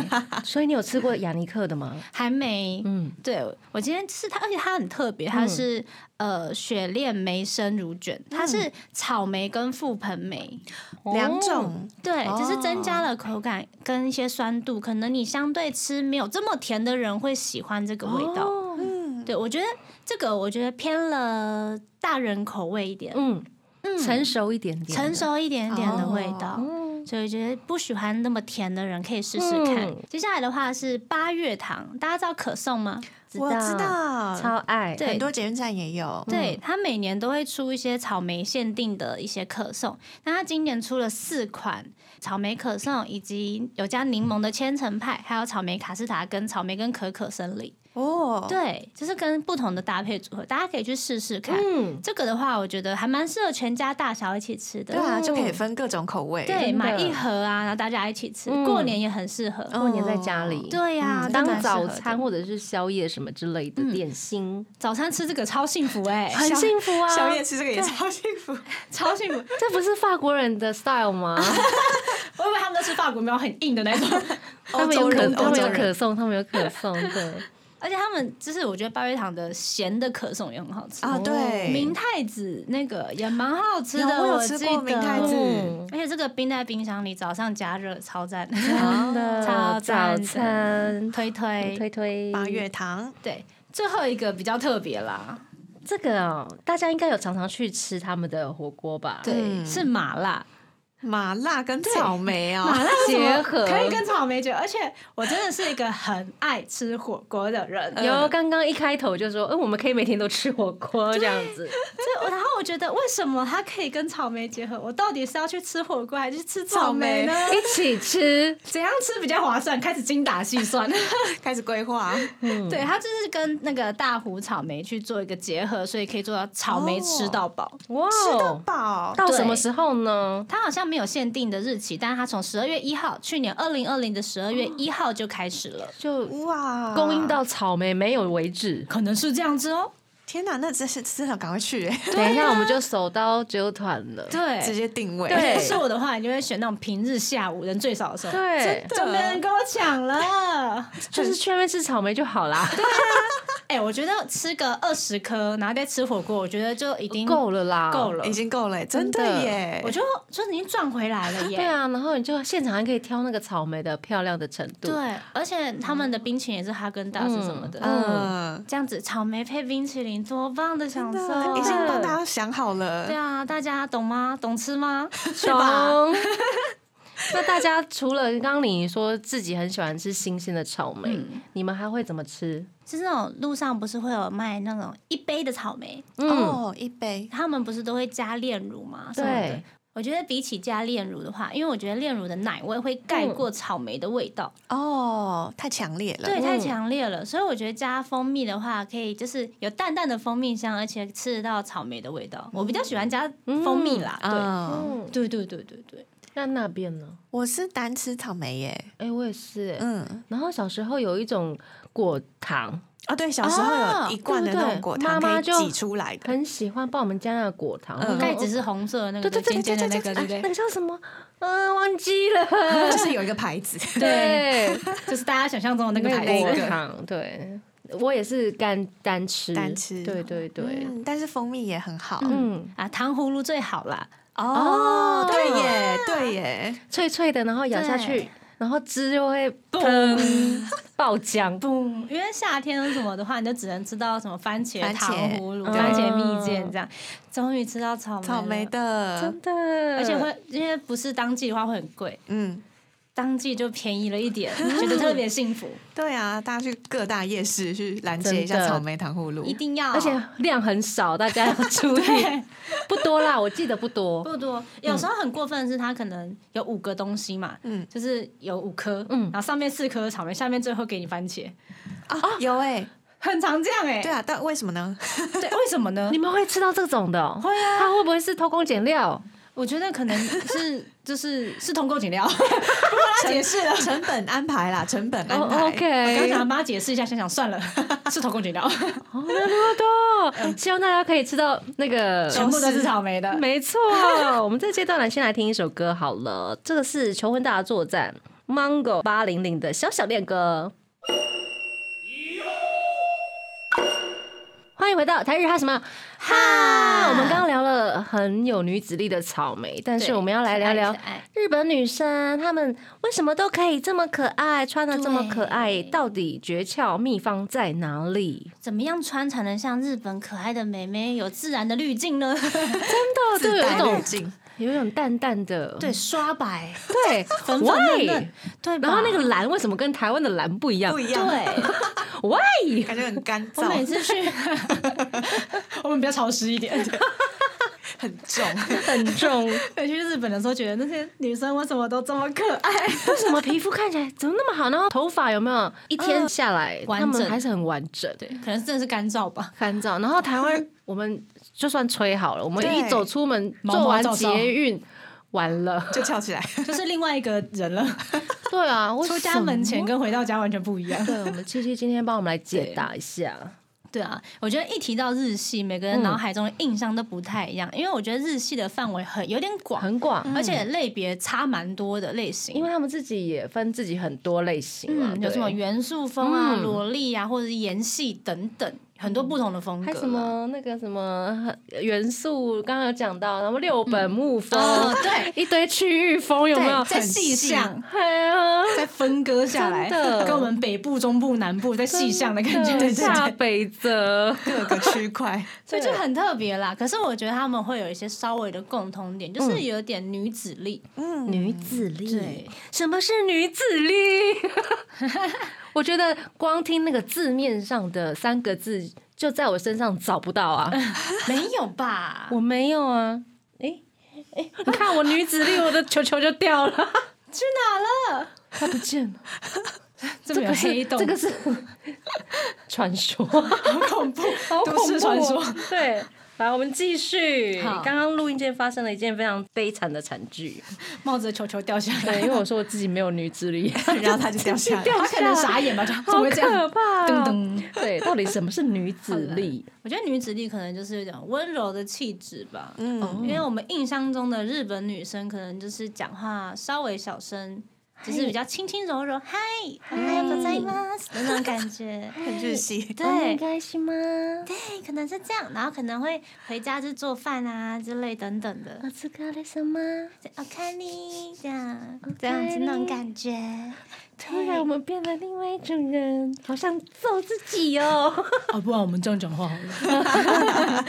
S2: 所以你有吃过雅尼克的吗？
S1: 还没，
S2: 嗯，
S1: 对我今天吃它，而且它很特别，它是、呃雪恋梅生乳卷，
S2: 嗯
S1: 它是草莓跟覆盆梅，
S2: 哦
S3: 两种
S1: 对，
S3: 哦
S1: 只是增加了口感跟一些酸度，可能你相对吃没有这么甜的人会喜欢这个味道。
S2: 哦嗯
S1: 对，我觉得这个我觉得偏了大人口味一点，
S2: 嗯，
S1: 嗯
S2: 成熟一点点，
S1: 成熟一点点的味道，
S2: 嗯
S1: 所以觉得不喜欢那么甜的人可以试试看。
S2: 嗯
S1: 接下来的话是八月糖，大家知道可颂吗？
S3: 我知道，
S2: 超爱。
S1: 对
S3: 很多捷运站也有，
S1: 对，它每年都会出一些草莓限定的一些可颂。那它今年出了四款草莓可颂，以及有加柠檬的千层派，还有草莓卡斯达跟草莓跟可可森林。
S3: 哦，
S1: 对，就是跟不同的搭配组合，大家可以去试试看。
S2: 嗯，
S1: 这个的话，我觉得还蛮适合全家大小一起吃的。
S3: 对啊，就可以
S2: 嗯
S3: 分各种口味，
S1: 哦对，
S2: 真的
S1: 买一盒啊，然后大家一起吃，
S2: 嗯哦
S1: 过年也很适合。
S2: 过年在家里，
S1: 对呀、这蛮
S2: 嗯当
S1: 适合的
S2: 早餐或者是宵夜什么之类的点心，
S1: 早餐吃这个超幸福哎、
S2: 很 幸福啊。
S3: 宵夜吃这个也超幸福，
S1: 超幸福。
S2: 这不是法国人的 style 吗？
S1: 我以为他们都是法国苗很硬的那种，
S2: 他们有
S3: 欧洲
S2: 可，
S3: 人
S2: 他们有
S3: 欧洲人
S2: 可颂，他们有可颂，对，
S1: 而且他们就是我觉得八月堂的咸的可颂也很好吃
S3: 啊，对，
S1: 明太子那个也蛮好吃
S3: 有
S1: 的，
S3: 我有
S1: 记
S3: 吃
S1: 得。
S3: 过明太 子
S2: 嗯
S1: 而且这个冰在冰箱里，早上加热超赞，
S2: 真的
S1: 超
S2: 嗯早
S1: 赞的
S2: 餐
S1: 推推
S2: 推推
S3: 八月糖
S1: 对。最后一个比较特别啦，
S2: 这个哦，大家应该有常常去吃他们的火锅吧？
S1: 对，
S3: 嗯
S1: 是麻辣，
S3: 麻辣跟草莓
S1: 麻
S3: 啊，
S1: 辣为什么
S2: 结合
S1: 可以跟草莓结合，而且我真的是一个很爱吃火锅的人，
S2: 有刚刚一开头就说，嗯，我们可以每天都吃火锅这样子，
S1: 对，然后我觉得为什么它可以跟草莓结合？我到底是要去吃火锅还是去吃草莓呢？
S2: 一起吃，
S1: 怎样吃比较划算？开始精打细算。
S3: 开始规划，
S1: 嗯 对，它就是跟那个大湖草莓去做一个结合，所以可以做到草莓吃到饱。
S2: 哇
S3: 吃到
S2: 哦，
S3: 饱，
S2: 到什么时候呢？
S1: 它好像没有限定的日期，但是它从十二月一号，去年二零二零的十二月一号就开始了，
S2: 就
S3: 哇，啊
S2: 供应到草莓没有为止，
S1: 可能是这样子哦。
S3: 天哪，那真是真的赶快去耶，
S2: 等一下我们就手刀纠团了。
S1: 对，
S3: 直接定位。
S1: 对，是我的话，你就会选那种平日下午人最少的时候，
S2: 对，
S1: 就没人跟我抢了。
S2: 就是去外面吃草莓就好啦，
S1: 哎、我觉得吃个二十颗，然后再吃火锅，我觉得就已经
S2: 够了啦，
S1: 够。了
S3: 已。经够了耶，
S2: 真
S3: 真的
S2: 的
S3: 耶！
S1: 我就就是已经赚回来了耶。
S2: 对啊，然后你就现场还可以挑那个草莓的漂亮的程度。
S1: 对，而且他们的冰淇淋也是哈根达斯什么的，
S3: 嗯，
S1: 这样子草莓配冰淇淋，多棒哎的享受！
S3: 已经帮大家想好了
S1: 对。啊，大家懂吗？懂吃 吗？
S2: 熊。 那大家除了刚刚你说自己很喜欢吃新鲜的草莓，你们还会怎么吃？
S1: 就是那种路上不是会有卖那种一杯的草莓，
S2: 嗯，
S3: 哦，一杯
S1: 他们不是都会加炼乳吗？什么的
S2: 对。，
S1: 我觉得比起加炼乳的话，因为我觉得炼乳的奶味会盖过草莓的味道，
S3: 哦，太强烈了。
S1: 对，太强烈了。所以我觉得加蜂蜜的话，可以就是有淡淡的蜂蜜香，而且吃得到草莓的味道。我比较喜欢加蜂蜜啦，
S3: 嗯，
S2: 嗯，
S1: 对，对对对对对。
S2: 那那边呢？
S3: 我是单吃草莓耶。
S2: 哎、我也是、哎
S3: 嗯，
S2: 然后小时候有一种果糖，
S3: 啊，对，小时候有一罐的
S2: 对
S3: 那
S2: 不
S3: 种
S2: 对
S3: 果糖
S2: 妈妈
S3: 可以
S2: 就
S3: 挤出来 的，
S2: 很喜欢爆我们家那个果糖，
S3: 嗯
S1: 盖子是红色的那个，
S2: 对对对
S1: 尖尖的那个，对
S2: 哎
S1: 不对
S2: 那？个叫什么？嗯、忘记了。
S3: 就是有一个牌子。
S2: 对，
S1: 就是大家想象中的那个牌
S2: 果
S1: 子。
S2: 糖，对我也是干单吃，
S3: 单吃
S2: 对对对，
S3: 嗯，但是蜂蜜也很好。
S2: 嗯，
S1: 啊，糖葫芦最好啦，
S3: 哦，对
S2: 啊
S3: 耶，对耶，
S2: 脆脆的，然后咬下去
S1: 对，
S2: 然后汁就会 砰爆浆，
S1: 嗯，因为夏天什么的话，你就只能吃到什么番茄
S3: 番茄
S1: 糖葫芦、
S2: 嗯
S1: 番茄蜜饯这样。终于吃到草莓，
S3: 草莓，的，
S2: 真的，
S1: 而且会因为不是当季的话会很贵，
S3: 嗯，
S1: 当季就便宜了一点， 觉得特别幸福，
S3: 对啊，大家去各大夜市去拦截一
S2: 真
S3: 下
S2: 的
S3: 草莓糖葫芦，
S1: 一定要，
S2: 而且量很少，大家要注
S1: 啊
S2: 意，
S1: 对
S2: 不多啦，我记得不多，
S1: 不多。有时候很过分的是，它可能有五个东西嘛，
S3: 嗯
S1: 就是有五颗，
S2: 嗯
S1: 然后上面四颗草莓，下面最后给你番茄，
S3: 啊，有哎、
S1: 很常这样哎、
S3: 对啊，但为什么呢？
S1: 对，为什么呢
S2: 你？们会吃到这种的哦？
S1: 会啊
S2: 它会不会是偷工减料？
S1: 我觉得可能是就是是通购减料，我 帮他解释了。
S3: 成本安排啦，成本安排。
S2: 哦
S1: 我刚
S2: ，OK，
S1: 想帮他解释一下，想想算了，是偷工减料，
S2: 哦，那么
S1: 嗯
S2: 多，希望大家可以吃到那个
S1: 全部都是草莓的。
S2: 没 错，我们这阶段来先来听一首歌好了，这个是求婚大作战 Mango 八零零的小小恋歌。欢迎回到台日哈什么哈？我们刚刚聊了很有女子力的草莓，但是
S1: 对
S2: 我们要来聊聊
S1: 可爱可爱
S2: 日本女生她们为什么都可以这么可爱，穿的这么可爱，
S1: 对
S2: 到底诀窍秘方在哪里？
S1: 怎么样穿才能像日本可爱的美眉有自然的滤镜呢？
S2: 真的，就有一
S3: 带
S2: 种
S3: 滤镜，
S2: 有一种淡淡的，
S1: 对，刷白，
S2: 对，
S1: 粉粉嫩
S2: Why？
S1: 嫩，对吧。
S2: 然后那个蓝为什么跟台湾的蓝不一样
S3: 不一样，
S1: 对，
S2: ？Why？
S3: 感觉很干
S1: 我每
S3: 燥，
S1: 次去， 我们比较潮湿一点。
S3: 很重。
S2: 很 重，为
S1: 每次去日本的时候，觉得那些女生为什么都这么可爱？
S2: 什么皮肤看起来怎么那么好？然后头发有没有一天下来，
S1: 完
S2: 他们
S1: 整
S2: 还是很完整，
S1: 对， 可能真的是干燥吧。
S2: 干燥。然后台湾我们就算吹好了，我们
S3: 对
S2: 一走出门
S1: 毛毛
S2: 做完
S1: 躁躁
S2: 捷运。完了，
S3: 就翘起来，
S1: 就是另外一个人了。
S2: 对啊，为
S1: 出家
S2: 什
S1: 门
S2: 么
S1: 前，跟回到家完全不一样。
S2: 对我们七七今天帮我们来解答一下，
S1: 对啊，我觉得一提到日系，每个人脑海中的印象都不太一样，因为我觉得日系的范围很有点广，
S2: 很广，
S1: 而且类别差蛮多的类型。
S2: 因为他们自己也分自己很多类型嘛，
S1: 嗯，有
S2: 对
S1: 什么元素风啊、
S2: 嗯
S1: 萝莉啊，或者是盐系等等，很多不同的风格
S2: 还
S1: 啦。
S2: 有什么那个什么呃元素，刚刚有讲到，然后六本木风，
S1: 哦？对，
S2: 一堆区域风有没有
S1: 对，？在
S3: 很
S1: 细
S3: 细
S1: 项。
S2: 哎呀，
S1: 再分割下来，
S2: 真的
S1: 跟我们北部、中部、南部在细项的感觉，
S2: 真的嗯下北泽，
S3: 各个区块，
S1: 所以就很特别啦。可是我觉得他们会有一些稍微的共通点，就是
S7: 嗯
S1: 有点女子力。
S2: 女子力
S1: 对。
S2: 什么是女子力？ 我觉得光听那个字面上的三个字，就在我身上找不到 啊。
S1: 没有 吧？
S2: 我没有啊。哎哎，你看我女子力，我的 球球就掉了， 去哪了？它不见了。
S1: 这么有
S2: 是
S1: 黑洞，
S2: 这个是 传说，
S1: 好恐怖，
S2: 好恐
S1: 都市
S2: 怖
S1: 传说
S2: 哦。对，好，我们继续。
S7: 好
S2: 刚刚录音间发生了一件非常悲惨的惨剧，
S7: 帽子的球球掉下
S2: 对，因
S7: 来，
S2: 为我说我自己没有女之 力，
S7: 然后他就掉下来，
S2: 掉
S7: 他
S2: 下
S7: 可
S2: 来
S7: 能傻眼吧，就怎
S2: 好
S7: 么会这
S2: 可
S7: 样？
S2: 怕、
S7: 噔
S2: 哦！
S7: 噔
S2: 对，到底什么是女子力？
S7: 我觉得女子力可能就是有点温柔的气质吧，
S3: 嗯，
S2: 哦
S7: 因为我们印象中的日本女生可能就是讲话稍微小声，只是比较轻轻柔柔，嗨，嗨，不在吗？的那种感觉。
S3: 很日系。
S7: 对，
S2: 该是吗？
S7: 对，可能是这样，然后可能会回家就做饭啊之类等等的。
S2: 这个是什么？哦
S7: 我看你这样，这样子那种感觉。
S2: 突然我们变了另外一种人，好想揍自己哦！
S7: 啊，不然我们这样讲话好了。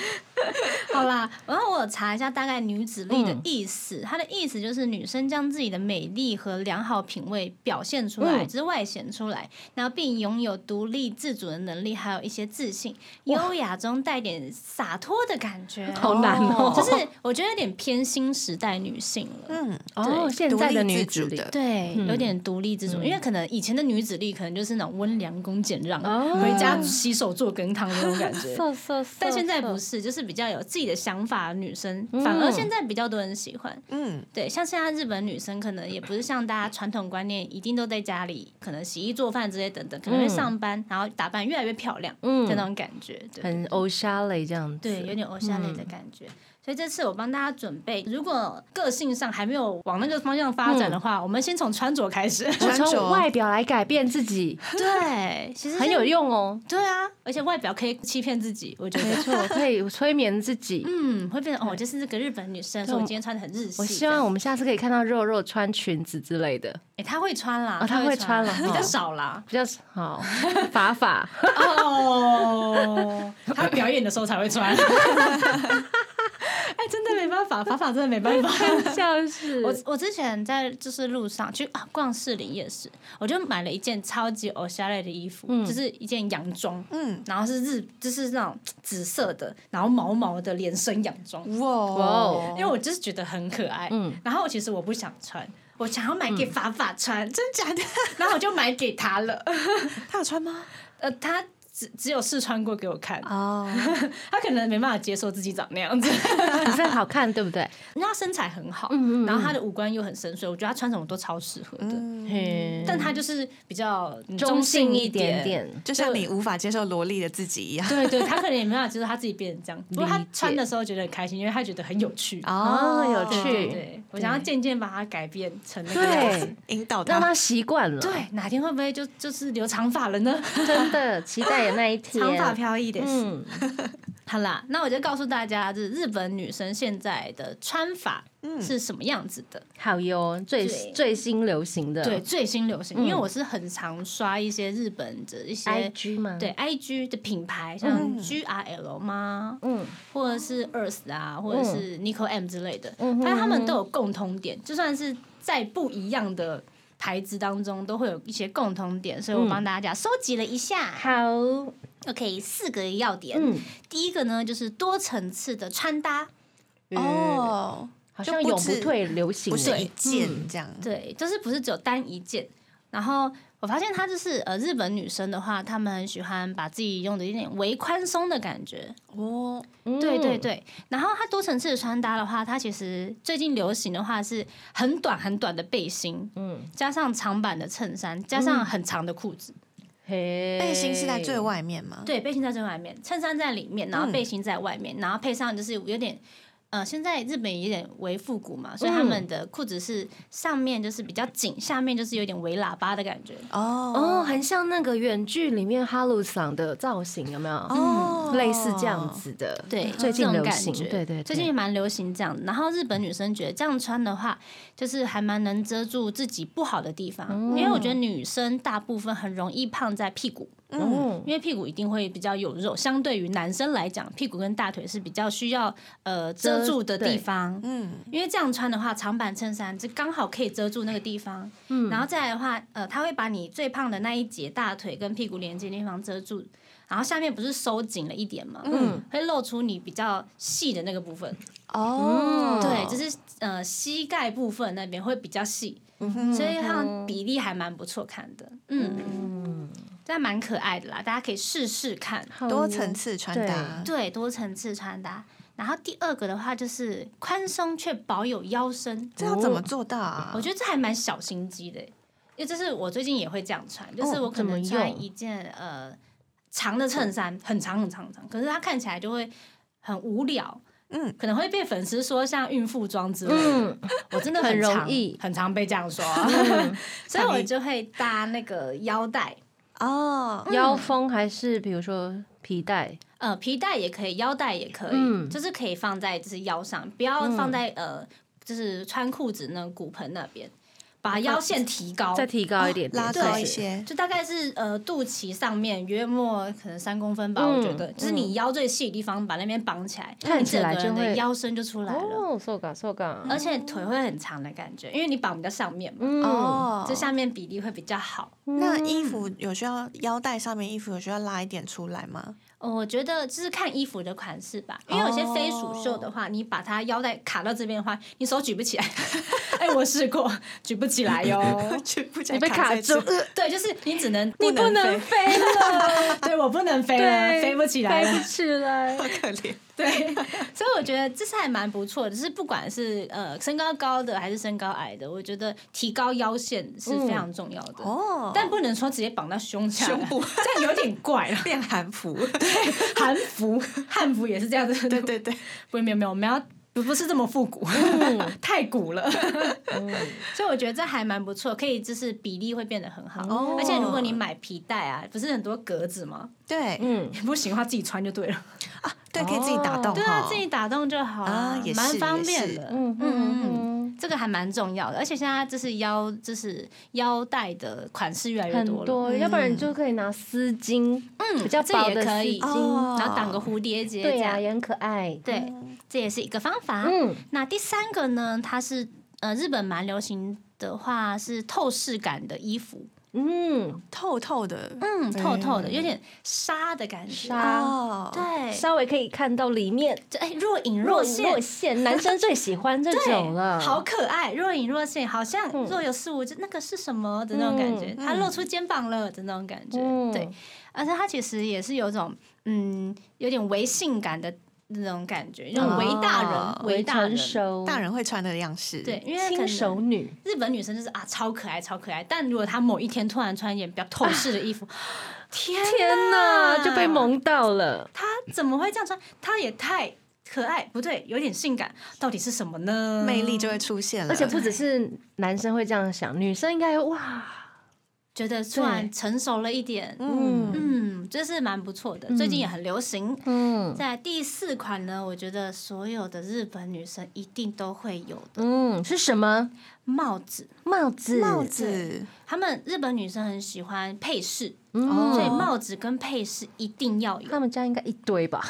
S7: 好啦，然后我有查一下大概女子力的意
S2: 嗯
S7: 思，它的意思就是女生将自己的美丽和良好品味表现出来，
S2: 嗯
S7: 就是外显出来，然后并拥有独立自主的能力，还有一些自信，优雅中带点洒脱的感觉。
S2: 好难哦，
S7: 就是我觉得有点偏新时代女性了。
S3: 嗯，
S2: 哦，
S7: 对
S2: 现在的
S3: 独立
S2: 女
S3: 自
S2: 子
S3: 主
S2: 力
S3: 的，
S7: 对，
S2: 嗯
S7: 有点独立自主，因为可能以前的女子力可能就是那种温良恭俭让，
S2: 哦
S7: 回家 洗手做羹汤 那种感觉。
S2: 瘦瘦瘦，
S7: 但现在
S2: 瘦
S7: 不是，就是比较有自己的想法的女生，
S2: 嗯
S7: 反而现在比较多人喜欢。
S3: 嗯，
S7: 对，像现在日本女生可能也不是像大家传统观念，一定都在家里，可能洗衣做饭之类等等，可能会上班，然后打扮越来越漂亮
S2: 嗯
S7: 的那种感觉。对
S2: 很欧沙类这样子，
S7: 对，有点偶像类的感觉。所以这次我帮大家准备，如果个性上还没有往那个方向发展的话，我们先从穿着开始。
S2: 我
S3: 穿着
S2: 从外表来改变自己，
S7: 对，其
S1: 嗯
S7: 实
S2: 很
S7: 是
S2: 有。用哦。
S7: 对啊，而且外表可以欺骗自己，我觉
S2: 没
S7: 得。
S2: 错，可以催眠自己。
S7: 嗯，会变成哦，我就是这个日本女生，所以
S2: 我
S7: 我今天穿的很日系。
S2: 我希望我们下次可以看到肉肉穿裙子之类的，
S7: 哎，她会穿啦
S2: 哦，她
S7: 她
S2: 会穿
S7: 啦
S2: 了
S7: 比
S2: 哦。
S7: 较少啦
S2: 比较好法法。
S7: 哦，她表演的时候才会穿。 哎，真的没办法，法法真的没办法。
S2: 笑死
S7: 我我之前在就是路上去啊逛士林夜市，我就买了一件超级偶像类的衣服，
S2: 嗯
S7: 就是一件洋装，
S3: 嗯，
S7: 然后是日就是那种紫色的，然后毛毛的连身洋装，
S3: 哇
S2: 哦
S7: 因为我就是觉得很可爱，
S2: 嗯
S7: 然后其实我不想穿， 我想要买给法法穿，真假 的，然后我就买给他了，
S3: 他有穿吗？
S7: 呃，他只只有试穿过给我看，
S3: 哦，
S7: 他可能没办法接受自己长那样 子，
S2: 可是好看，对不对？
S7: 因为他身材很好，
S2: 嗯嗯嗯
S7: 然后他的五官又很深邃，我觉得他穿什么都超适合的，
S2: 嘿
S7: 但他就是比较嗯
S2: 嗯中性一
S7: 点
S2: 点。点，
S3: 就像你无法接受萝莉的自己一样。
S7: 对对，他可能也没办法接受他自己变 成这样，不过他穿的时候觉得很开心，因为他觉得很有趣。
S2: 哦有
S7: 对
S2: 趣
S7: 对对，我想要渐渐把它改变成那个样子。
S2: 对，
S3: 引导
S2: 让
S3: 他。
S2: 他习惯了。
S7: 对，哪天会不会就就是留长发了呢？
S2: 真的期待有那一天。
S7: 长发飘逸的。嗯，
S2: 嗯，
S7: 好啦，那我就告诉大家，就是日本女生现在的穿法
S2: 嗯
S7: 是什么样子的。
S2: 好哟，最
S7: 对
S2: 最新流行的
S7: 对，最新流行，因为
S2: 嗯
S7: 我是很常刷一些日本的一些
S2: IG 嘛，
S7: 对，IG 的品牌，像 GRL 吗？
S2: 嗯，
S7: 或者是 Earth 啊，或者是 Nico M 之类的，
S2: 嗯哼
S7: 发现他们都有共通点，就算是在不一样的牌子当中，都会有一些共通点，所以
S2: 嗯
S7: 我帮大家收集了一下。
S2: 好，
S7: OK，四个要点。
S2: 嗯
S7: 第一个呢，就是多层次的穿搭，
S2: 哦，
S3: 哦，
S2: 好像
S3: 就
S2: 永
S3: 不止
S2: 不退流行
S3: 不
S2: 欸，
S3: 是一件这样。
S7: 对，就是不是只有单一件。然后我发现她就是呃，日本女生的话，她们很喜欢把自己用的有点微宽松的感觉。
S3: 哦，
S2: 嗯
S7: 对对，对。然后她多层次的穿搭的话，她其实最近流行的话是很短很短的背心，
S2: 嗯，
S7: 加上长版的衬衫，加上很长的裤子。
S2: 嘿，
S3: 背心是在最外面吗？
S7: 对，背心在最外面，衬衫在里面，然后背心在外面，然后配上就是有点。呃，现在日本有点为复古嘛，所以他们的裤子是上面就是比较紧，下面就是有点围喇叭的感觉。
S2: 哦，
S3: 哦
S2: 很像那个远剧里面哈鲁桑的造型，有没有？
S3: 哦
S2: 嗯类似这样。子的，
S7: 对，
S2: 最近
S7: 这种
S2: 流
S7: 感
S2: 行，
S7: 觉
S2: 对对，对
S7: 最近也蛮流行这样。然后日本女生觉得这样穿的话，就是还蛮能遮住自己不好的地方，
S2: 哦
S7: 因为我觉得女生大部分很容易胖在屁股，
S2: 嗯
S7: 因为屁股一定会比较有肉，相对于男生来讲，屁股跟大腿是比较需要呃遮
S2: 遮
S7: 住的
S2: 对
S7: 地方。
S3: 嗯，
S7: 因为这样穿的话，长版衬衫就刚好可以遮住那个地方，
S2: 嗯
S7: 然后再来的话，呃，它会把你最胖的那一节大腿跟屁股连接的地方遮住，然后下面不是收紧了一点嘛，
S2: 嗯，
S7: 会露出你比较细的那个部分，
S2: 嗯
S3: 哦，
S7: 对，就是呃膝盖部分那边会比较细，
S2: 嗯
S7: 所以它比例还蛮不错看的，嗯，但蛮可爱的啦，大家可以试试看，
S2: 好
S3: 多层次穿
S2: 对
S3: 搭。
S7: 对，多层次穿搭。然后第二个的话就是宽松却保有腰身，
S3: 这要怎么做到啊？
S7: 我觉得这还蛮小心机的欸，因为这是我最近也会这样穿，就是
S2: 哦
S7: 我可
S2: 怎么
S7: 能穿
S2: 用
S7: 一件呃长的衬衫，很长很长很长，可是它看起来就会很无聊，
S3: 嗯，
S7: 可能会被粉丝说像孕妇装之类的。
S2: 嗯，
S7: 我真的
S2: 很容
S7: 常
S2: 易
S7: 很常被这样说，啊所以我就会搭那个腰带，
S3: 得哦，
S2: 腰封还是比如说皮带，
S7: 呃，皮带也可以，腰带也可以，
S2: 嗯
S7: 就是可以放在就是腰上，不要放在、呃，就是穿裤子那骨盆那边，
S2: 哦
S7: 把腰线提高，
S2: 再提高一点点，
S3: 哦拉
S2: 是
S3: 高
S2: 不
S3: 一
S2: 是，
S3: 些，
S7: 就大概是呃肚脐上面约莫可能三公分吧，
S2: 嗯
S7: 我觉得，就是你腰最细的地方把那边绑起来，
S2: 看起来
S7: 你整个
S2: 就
S7: 人
S2: 会
S7: 的腰身就出来了，
S2: 哦，瘦嘎瘦嘎，
S7: 而且腿会很长的感觉，因为你绑比较上面嘛，
S2: 嗯，
S3: 哦，
S7: 这下面比例会比较好。
S3: 那衣服有需要腰带上面衣服有需要拉一点出来吗？
S7: 哦我觉得就是看衣服的款式吧，
S2: 哦
S7: 因为有些非鼠袖的话，你把它腰带卡到这边的话，你手举不起来。 哎、我试过，举不起 来哟。
S3: 去不
S2: 你被卡住，
S7: 对，就是你只能
S2: 你不能
S7: 飞了，对我不能飞了，飞不起来了
S2: 飞不起来，
S3: 好可怜。
S7: 对，所以我觉得这是还蛮不错的，就是不管是呃身高高的还是身高矮的，我觉得提高腰线是
S2: 嗯
S7: 非常重要的。
S3: 哦，
S7: 但不能说直接绑到胸下来，
S3: 胸 部
S7: 这样有点怪了。
S3: 变韩服，
S7: 韩服、 汉服也是这样子，
S3: 对对对，
S7: 不，没有没有，我们要不不是这么复古，
S2: 嗯
S7: 太古了。 所以我觉得这还蛮不错，可以就是比例会变得很好。
S3: 哦
S7: 而且如果你买皮带啊，不是很多格子吗？
S3: 对
S2: 嗯，
S7: 你不行的话自己穿就对了。
S3: 对，可以自己打洞，
S7: 对啊
S3: 哦，
S7: 自己打洞就好
S3: 啊也是
S7: 蛮方
S3: 也
S7: 便
S3: 是
S7: 的。
S2: 嗯嗯
S7: 嗯这个还蛮重要的，而且现在就是腰就是腰带的款式越来
S2: 嗯，
S7: 越
S2: 很
S7: 多了，
S2: 多，要不然你就可以拿丝巾，
S7: 嗯，
S2: 比较薄
S7: 这
S2: 的
S7: 也可
S2: 丝
S7: 以，
S3: 哦
S2: 巾，
S7: 然后绑个蝴蝶结，
S2: 对
S7: 这
S2: 呀，
S7: 样
S2: 也很可爱，
S7: 对，这也是一个方法。
S2: 嗯，
S7: 那第三个呢，它是呃日本蛮流行的话是透视感的衣服，
S2: 嗯，
S3: 透透的，
S7: 嗯，透透的，有点纱的感觉，
S2: 纱
S3: 哦，
S7: 对，
S2: 稍微可以看到里面，
S7: 就哎若隐
S2: 若
S7: 若
S2: 隐
S7: 现，
S2: 若现，男生最喜欢这种了，
S7: 对，好可爱，若隐若现，好像
S2: 嗯
S7: 若有似无，就那个是什么的那种感觉，
S3: 嗯
S7: 它露出肩膀了的那种感觉，
S2: 嗯
S7: 对，而且它其实也是有种嗯，有点唯性感的那种感觉，那种唯大人，
S3: 哦
S7: 唯大人
S2: 啊成，熟，
S3: 大人会穿的样式，
S7: 对，，因为可
S2: 轻
S7: 能
S2: 熟女，
S7: 日本女生就是啊，超可爱，超可爱。但如果她某一天突然穿一件比较透视的衣服，
S2: 啊
S7: 天
S2: 天哪，
S7: 哪，
S2: 就被
S7: 萌。
S2: 萌到了，
S7: 她怎么会这样穿？她也太可爱，不对，有点性感，到底是什么呢？
S3: 魅力就会出现了，
S2: 而且不只是男生会这样想，女生应该哇，
S7: 觉得突然成熟了一点，
S3: 嗯，
S7: 嗯，这是蛮不错的，最近也很流行。
S2: 嗯
S7: 在第四款呢，我觉得所有的日本女生一定都会有的
S2: 嗯，是什么
S7: 帽子。
S2: 帽子？
S3: 帽子
S7: 她们日本女生很喜欢配饰，
S3: 哦
S2: 嗯，
S7: 所以帽子跟配饰一定要有。
S2: 他们家应该一堆吧？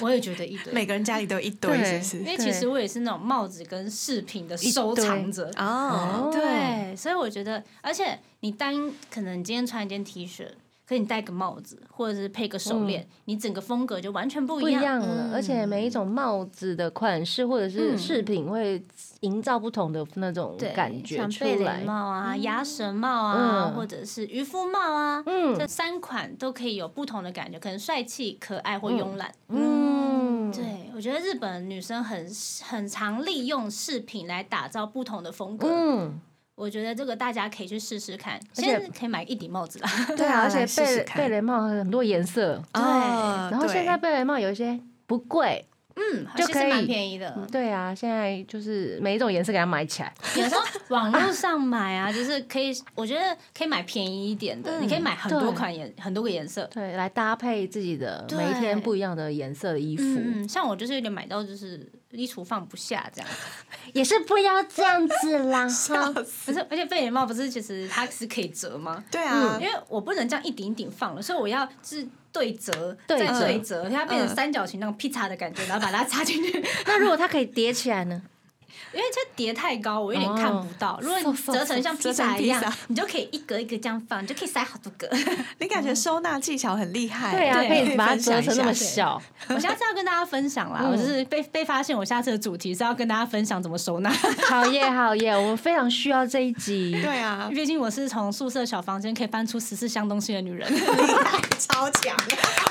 S7: 我也觉得一堆，
S3: 嗯每个人家里都有一堆，
S2: 对
S3: 是不
S7: 因
S3: 是？
S7: 为其实我也是那种帽子跟饰品的收藏者。
S3: 哦，
S7: 对，所以我觉得，而且你单可能你今天穿一件 T 恤，可你戴个帽子，或者是配个手
S3: 嗯
S7: 链，你整个风格就完全不
S2: 不
S7: 一
S2: 一
S7: 样。嗯
S2: 样了，而且每一种帽子的款式或者是饰品会营造不同的那种
S7: 对，
S2: 感觉
S7: 像
S2: 出
S7: 贝
S2: 来
S7: 雷。帽啊、鸭舌帽啊，
S2: 嗯
S7: 或者是渔夫帽啊，
S2: 嗯
S7: 这三款都可以有不同的感觉，可能帅气、可爱或慵懒。
S2: 嗯，
S7: 对，我觉得日本女生很很常利用饰品来打造不同的风格。
S2: 嗯，
S7: 我觉得这个大家可以去试试看，
S2: 且
S7: 现在可以买一顶帽子啦。
S3: 对啊
S2: 而且
S3: 来试试
S2: 贝
S3: 看
S2: 贝雷帽很多颜色，
S3: 哦
S2: 然后现在
S3: 对
S2: 贝雷帽有一些不贵，
S7: 嗯，
S2: 就
S7: 其
S2: 可
S7: 实
S2: 以
S7: 蛮便宜
S3: 嗯
S7: 的。
S2: 对啊，现在就是每一种颜色给它买起来，
S7: 有 时候网络上买啊，就是可以，我觉得可以买便宜一点
S2: 嗯
S7: 的，你可以买很多
S2: 对
S7: 款颜，很多个颜色。
S2: 对，来搭配自己的
S7: 对
S2: 每一天不一样的颜色的衣服，
S7: 嗯嗯，像我就是有点买到就是衣橱放不下这样，
S2: 也是不要这样子啦。哈
S7: 可是而且贝雷帽不是其实它是可以折吗？
S3: 对啊
S7: 因，为我不能这样一顶一顶放了，所以我要是对折，
S2: 对
S7: 再
S2: 折
S7: 对折，它变成三角形那种劈叉的感觉，然后把它插进去，
S2: 那如果它可以叠起来呢？
S7: 因为这叠太高，我有点看不到。如果你哦折成像披
S3: 折成
S7: 萨一样
S3: 披萨，
S7: 你就可以一格一格这样放，你就可以塞好多个。
S3: 你感觉收纳技巧很厉害，
S2: 对啊，可以把它
S3: 分享
S2: 折
S3: 一
S2: 成那么
S3: 下
S2: 小，
S7: 我下次要跟大家分享啦，我就是被被发现，我下次的主题是要跟大家分享怎么 收纳。
S2: 好耶好耶，我们非常需要这一集。
S3: 对啊，
S7: 毕竟我是从宿舍小房间可以搬出十四箱东西的 女人，
S3: 超强，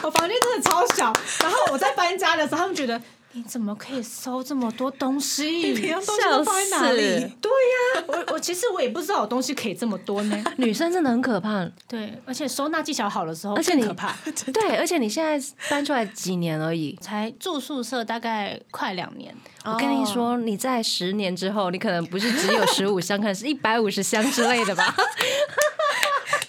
S7: 我房间真的超小。然后我在搬家的时候，他们觉得你怎么可以收这么多东
S3: 平
S7: 西？
S3: 常东西都放在哪
S2: 笑
S3: 里
S2: 死？
S7: 对呀、我我其实我也不知道我东西可以这么多呢。
S2: 女生真的很可怕。
S7: 对，而且收纳技巧好的时候
S2: 而且
S7: 更
S2: 你
S7: 可 怕。
S2: 对，而且你现在搬出来几年而已。
S7: 才住宿舍大概快两年，
S2: 我跟你说，你在十年之后，你可能不是只有十五箱，可能是一百五十箱之类的吧。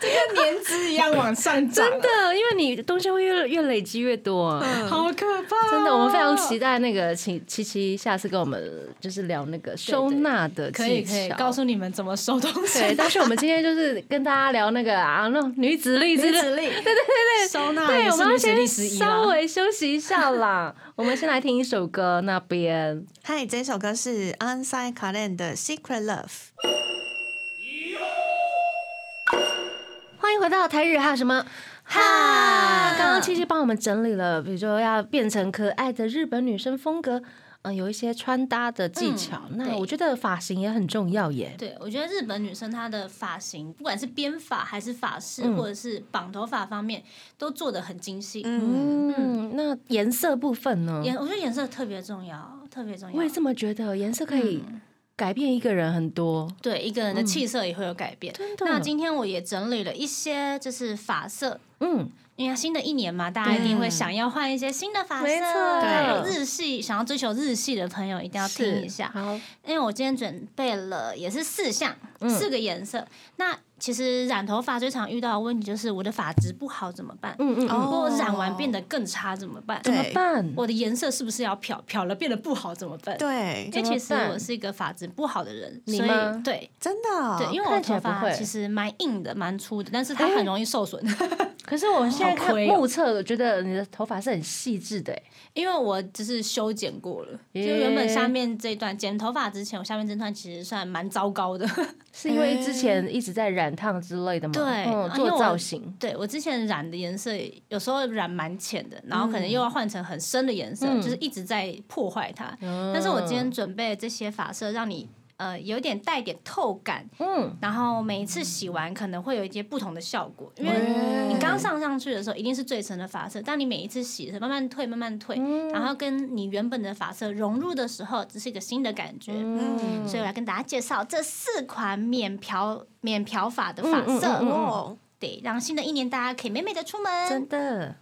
S7: 跟年资一样往上 涨，
S2: 真的，因为你东西会越越累积越多。啊
S7: 好可怕、哦
S2: 真的，我们非常期待那个请七七下次跟我们就是聊那个收纳的技巧。
S7: 可以可以，告诉你们怎么收东西。
S2: 对，但是我们今天就是跟大家聊那个啊，那种女子力之啊类
S7: 力，对对对对，收纳
S2: 对，
S7: 也
S2: 我
S7: 是
S2: 们
S7: 女
S2: 要
S7: 子
S2: 先
S7: 力之一
S2: 稍微休息一下啦。我们先来听一首歌，那边
S3: 嗨，这首歌是 a n s i k a r e n 的《Secret Love》。
S2: 欢迎回到台日还有什么？哈，刚刚七七帮我们整理了，比如说要变成可爱的日本女生风格，嗯、有一些穿搭的技巧。那
S7: 嗯对
S2: 我觉得发型也很重要耶。
S7: 对，我觉得日本女生她的发型，不管是编发还是发饰，或者是绑头发方面，都做的很精细。
S3: 嗯，
S2: 嗯，那颜色部分呢？
S7: 颜，我觉得颜色特别重要，特别重要。
S2: 我也这么觉得，颜色可以
S7: 嗯
S2: 改变一个人很多。
S7: 对一个人的气色也会有改变。
S2: 嗯真的
S7: 那今天我也整理了一些，就是发色。
S2: 嗯，
S7: 因为新的一年嘛，大家一定会想要换一些新的发色。
S2: 没错
S7: 对
S2: 对
S7: 日系想要追求日系的朋友一定要听一下
S2: 是。
S7: 嗯
S2: 好，
S7: 因为我今天准备了也是四项、
S2: 嗯
S7: 四个颜色。那其实染头发最常遇到的问题就是我的发质不好怎么办？
S2: 嗯嗯嗯，
S3: 哦
S7: 我染完变得更差怎么办？
S2: 怎么
S3: 对
S2: 办？
S7: 我的颜色是不是要漂？漂了变得不好怎么办？，
S3: 对，
S7: 因为其实
S2: 怎么办
S7: 我是一个发质不好的人，
S2: 你
S7: 所以
S2: 吗
S7: 对
S3: 真的哦，
S7: 对，因为我
S2: 看起
S7: 头
S2: 来不
S7: 发
S2: 会哎
S7: 其实蛮硬的、蛮粗的，但是它很容易受损。
S2: 可是我现在
S7: 好
S2: 看
S7: 亏哦
S2: 目测，我觉得你的头发是很细致的耶，
S7: 因为我只是修剪过了，就
S2: 耶
S7: 原本下面这一段剪头发之前，我下面这段其实算蛮糟糕的。
S2: 是因为之前一直在染烫之类的吗？
S7: 哎对啊
S2: 嗯，
S7: 因为
S2: 做
S7: 我
S2: 造型。
S7: 对我之前染的颜色，有时候染蛮浅的，然后可能又要换成很深的颜色，
S2: 嗯哦
S7: 就是一直在破坏它。
S2: 但
S7: 但是我今天准备的这些发色，让你呃有点带点透感，
S2: 嗯，
S7: 然后每一次洗完可能会有一些不同的效果，因
S2: 哦
S7: 为你
S2: 嗯
S7: 刚上上去的时候一定是最深的发色，但你每一次洗的时候慢慢退，慢慢退，
S2: 嗯
S7: 然后跟你原本的发色融入的时候，只是一个新的感觉。
S3: 嗯
S7: 所以我来跟大家介绍这四款免漂免漂发的发
S2: 嗯嗯
S7: 色，
S2: 嗯嗯
S3: 哦，
S7: 对，让新的一年大家可以美美的出门。
S2: 真的，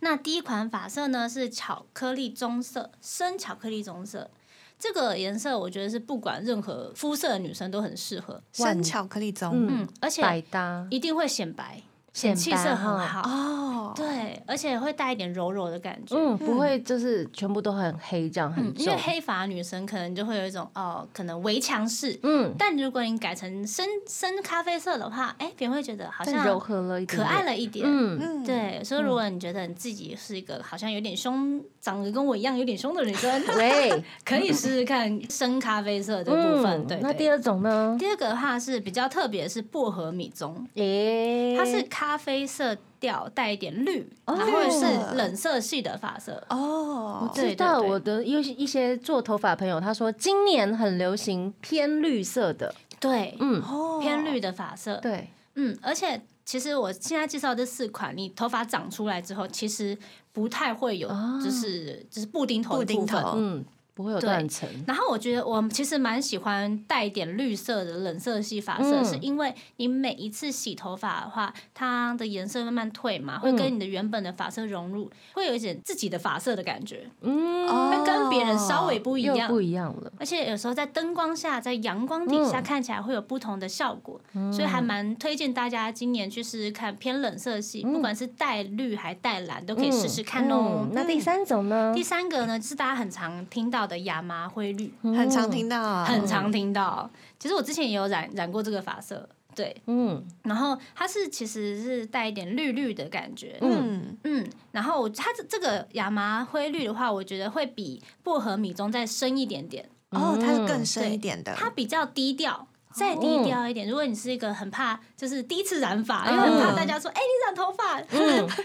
S7: 那第一款发色呢是巧克力棕色，深巧克力棕色。这个颜色我觉得是不管任何肤色的女生都很适合，
S3: 生巧克力棕
S2: 嗯
S7: 嗯，，而且
S2: 百搭，
S7: 一定会显白，
S2: 显
S7: 气
S2: 白
S7: 色很
S2: 哈
S7: 好，
S3: 哦，
S7: 嗯对，而且会带一点柔柔的感觉。
S2: 嗯，不会就是全部都很黑这样，很
S7: 嗯因为
S2: 重，
S7: 黑发女生可能就会有一种哦，可能围墙式，
S2: 嗯，
S7: 但如果你改成深深咖啡色的话，哎，别人会觉得好
S2: 但柔
S7: 像
S2: 和了一点，
S7: 可爱，了一点。
S2: 嗯，
S3: 嗯，
S7: 对，所以如果你觉得你自己是一个好像有点凶，长得跟我一样有点凶的女 生，
S2: 喂，
S7: 可以试试看深咖啡色的部分。
S2: 嗯，
S7: 对，
S2: 那
S7: 对
S2: 第二种呢？
S7: 第二个的话是比较特别，是薄荷米棕，
S2: 诶，
S7: 它是咖啡色调，带一点绿，
S2: 哦
S7: 然后是冷色系的发色。
S3: 哦，
S7: 对
S2: 知道我的有一些做头发的朋友，他说今年很流行偏绿色的，
S7: 对，
S2: 嗯，
S3: 哦，
S7: 偏绿的发色。
S2: 对，
S7: 嗯，而且其实我现在介绍这四款，你头发长出来之后，其实不太会有，
S2: 哦
S7: 就是就是布丁头
S3: 哦布
S7: 的
S3: 丁
S7: 部分。
S3: 头，
S2: 嗯，不会有
S7: 对
S2: 断层，
S7: 然后我觉得我其实蛮喜欢带一点绿色的冷色系发色，
S2: 嗯
S7: 是因为你每一次洗头发的话，它的颜色慢慢退嘛，会
S2: 嗯
S7: 跟你的原本的发色融入，会有一点自己的发色的感觉，
S2: 嗯，
S7: 会跟别人稍
S3: 哦
S7: 微不一
S2: 又
S7: 样。
S2: 不一样了，
S7: 而且有时候在灯光下，在阳光底下
S2: 嗯
S7: 看起来会有不同的效果，所以还蛮推荐大家今年去试试看偏冷色系，不管是带绿还带蓝，都可以试试看哦。
S2: 嗯嗯那第三种呢
S7: 第？三个呢，就是大家很常听到的亚麻灰绿，
S2: 嗯
S3: 很常听到，
S7: 很常听到。其实我之前也有染染过这个发色，对，
S2: 嗯，
S7: 然后它是其实是带一点绿绿的感觉，嗯
S3: 嗯，
S7: 然后我它这这个亚麻灰绿的话，我觉得会比薄荷米中再深一点点，
S3: 嗯
S7: 嗯
S3: 哦，它是更深一点的，
S7: 它比较低调，再低调一点。如果你是一个很怕，就是第一次染发，
S3: 嗯
S7: 因为很怕大家说，哎、你染头发，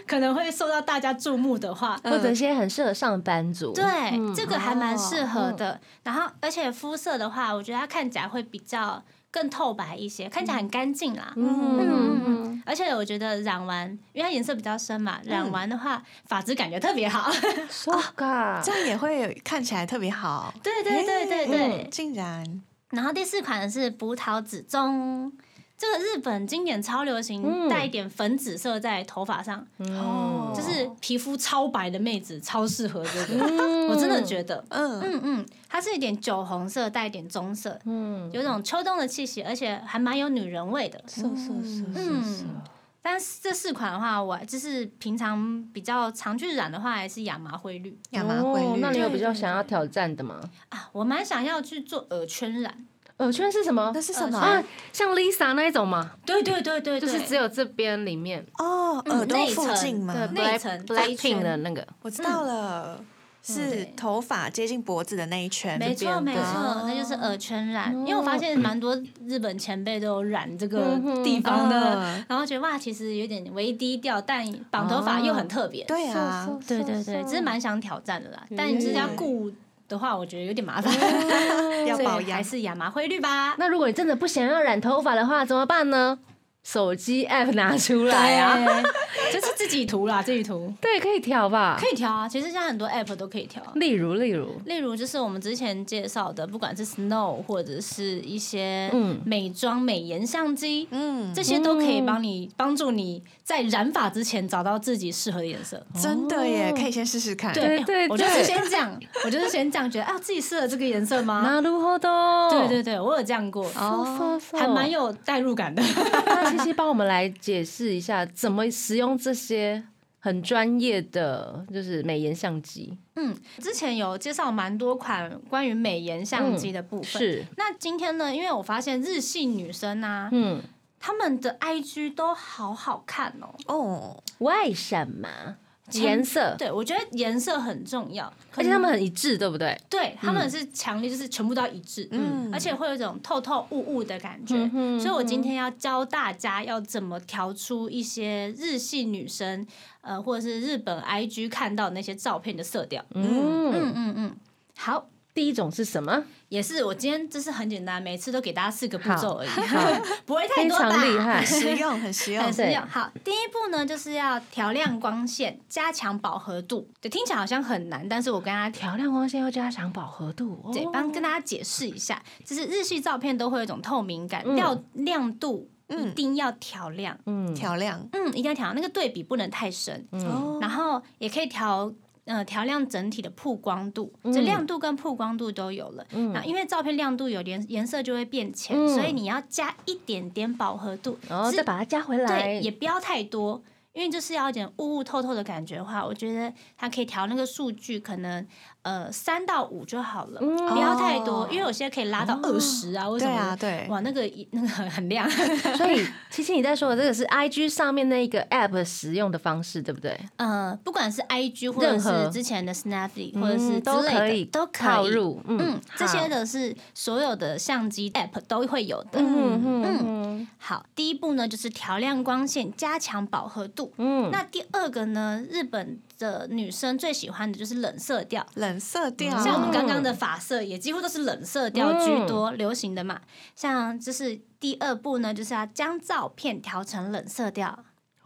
S7: 可能会受到大家注目的话，
S2: 嗯或者一些很适合上班族。
S7: 对，
S3: 嗯
S7: 这个还蛮适合
S3: 哦
S7: 的。然后，而且肤色的话，我觉得它看起来会比较更透白一些，看起来很干净啦。
S2: 嗯，嗯嗯
S7: 嗯，而且我觉得染完，因为它颜色比较深嘛，
S3: 嗯
S7: 染完的话发质感觉特别好。
S2: so g
S3: 这样也会有看起来特别好。
S7: 对 对对对对
S3: 嗯。竟然
S7: 然后第四款是葡萄紫棕，这个日本经典超流行，
S2: 嗯
S7: 带一点粉紫色在头发上，
S3: 哦，
S7: 就是皮肤超白的妹子超适合这
S2: 嗯
S7: 个，我真的觉得。
S3: 嗯
S7: 嗯嗯，它是一点酒红色，带一点棕色，
S2: 嗯，
S7: 有种秋冬的气息，而且还蛮有女人味的。
S2: 是是是
S7: 嗯，但是这四款的话，我就是平常比较常去染的话，还是亚麻灰绿
S3: 亚麻灰
S2: 哦
S3: 绿，
S2: 那你有比较想要挑战的吗？
S7: 啊，我蛮想要去做耳圈染。
S2: 耳圈是什么？那
S3: 是什么
S2: 啊？像 Lisa 那一种嘛，
S7: 对对对对
S2: 就是只有这边里面
S3: 哦，耳朵
S7: 嗯内
S3: 附
S7: 层
S3: 近嘛，
S2: 对
S7: 内嗯
S2: Black
S7: 层这一
S2: Blackpink
S7: 圈
S2: 的那个，
S3: 我知道了，是头发接近脖子的那一圈，
S7: 没错
S2: 边的
S7: 没错，那就是耳圈染，因为我发现蛮多日本前辈都有染这个地方的，
S3: 嗯
S7: 然后觉得哇，其实有点微低调，但绑头发又很特别。
S3: 对啊，
S7: 对对对，只是蛮想挑战的啦，但是要顾的话，我觉得有点麻烦，
S3: 要
S7: 所
S3: 保
S7: 以
S3: 养
S7: 还。是亚麻灰绿吧。
S2: 那如果你真的不想要染头发的话，怎么办呢？手机 app 拿出来啊，哦
S7: 对，就是自己涂啦，自己涂
S2: 对，可以调吧
S7: 可。以调啊。其实现在很多 app 都可以调啊，
S2: 例如，例如，
S7: 例如就是我们之前介绍的，不管是 Snow 或者是一些
S2: 嗯
S7: 美妆美颜相机，
S3: 嗯，
S7: 这些都可以帮你帮助你在染发之前找到自己适合的颜色。
S3: 真的耶，可以先试试看。
S2: 对对
S7: 我就是
S2: 对
S7: 先这样， 我就是先这样觉得啊，自己适合这个颜色吗？
S2: 拿路后多，
S7: 对对对，我有这样过，
S2: 哦，
S7: 还蛮。有代入感的。
S2: 那七七帮我们来解释一下，怎么使用这些很专业的就是美颜相机？
S7: 嗯，之前有介绍蛮多款关于美颜相机的部分。
S2: 是，
S7: 那今天呢，因为我发现日系女生啊，
S2: 嗯，
S7: 她们的 IG 都好好看哦。
S3: 哦，
S2: 为什么？颜色，
S7: 对，我觉得颜色很重要，
S2: 而且他们很一致，对不对？
S7: 对他
S2: 嗯
S7: 们是强烈就是全部都要一致，嗯，而且会有一种透透雾雾的感
S2: 嗯
S7: 觉。所以我今天要教大家要怎么调出一些日系女生，呃，或者是日本 IG 看到那些照片的色调。
S2: 嗯，
S7: 嗯嗯嗯，好。
S2: 第一种是什么？
S7: 也是，我今天这是很简单，每次都给大家四个步骤而已， 不会太
S2: 非
S7: 多吧
S2: 常厉害
S3: 很。实用，很实用
S7: 很。实
S2: 对
S7: 用。哦好，第一步呢，就是要调亮光线，加强饱和度。对，听起来好像很难，但是我跟大家
S2: 调亮光线要加强饱和度，哦
S7: 对帮跟大家解释一下，就是日系照片都会有一种透明感，要亮度一定要调亮，
S2: 嗯
S3: 调嗯亮
S7: 嗯，一定要调亮，那个对比不能太深，
S3: 哦，
S7: 然后也可以调。呃，调亮整体的曝光度，这亮度跟曝光度都有了。那、因为照片亮度有颜颜色就会变浅，
S2: 嗯哦
S7: 所以你要加一点点饱和度，
S2: 然后
S7: 是
S2: 再把它加回来
S7: 对，，也不要太多，因为就是要一点雾雾透透的感觉的话，我觉得它可以调那个数据，可能呃三到五就好了，
S2: 嗯
S7: 不要太
S2: 哦
S7: 多，因为有些可以拉到二十啊，为什
S3: 对
S7: 么
S3: 啊，
S7: 的？
S3: 对，
S7: 哇，那个一那个很 很亮，
S2: 所以其实你在说的这个是 I G 上面那一个 App 使用的方式，对不对？
S7: 呃，不管是 I G 或者
S2: 任何嗯
S7: 是之前的 Snapy 或者是之类的、
S2: 都可以
S7: 都可以
S2: 套入，嗯
S7: 嗯，这些
S2: 好
S7: 的是所有的相机 App 都会有的。
S2: 嗯嗯嗯
S7: 好，第一步呢就是调亮光线，加强饱和度。
S2: 嗯，
S7: 那第二个呢，日本的女生最喜欢的就是冷色调，
S3: 冷色调，
S2: 哦
S7: 像我们刚刚的发色也几乎都是冷色
S2: 嗯
S7: 调居多、流行的嘛。像就是第二步呢，就是要将照片调成冷色调。嗯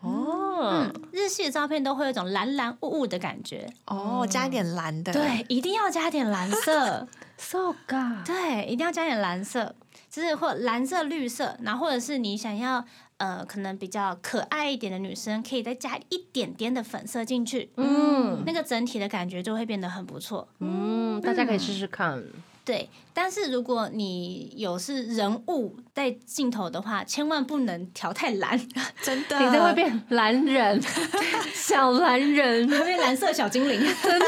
S2: 哦，
S7: 日系的照片都会有一种蓝蓝雾雾的感觉，
S3: 哦，加一点蓝的，，
S7: 对，一定要加点蓝色，
S2: so god，
S7: 对，一定要加点蓝色，就是或蓝色、绿色，然后或者是你想要呃，可能比较可爱一点的女生，可以再加一点点的粉色进去，
S2: 嗯
S7: 那个整体的感觉就会变得很不错。
S2: 嗯，大家可以试试看，
S7: 对，但是如果你有是人物在镜头的话，千万不能调太蓝，
S3: 真的，
S2: 你就会变蓝 人，小蓝人，啊
S7: 因为蓝色小精灵真的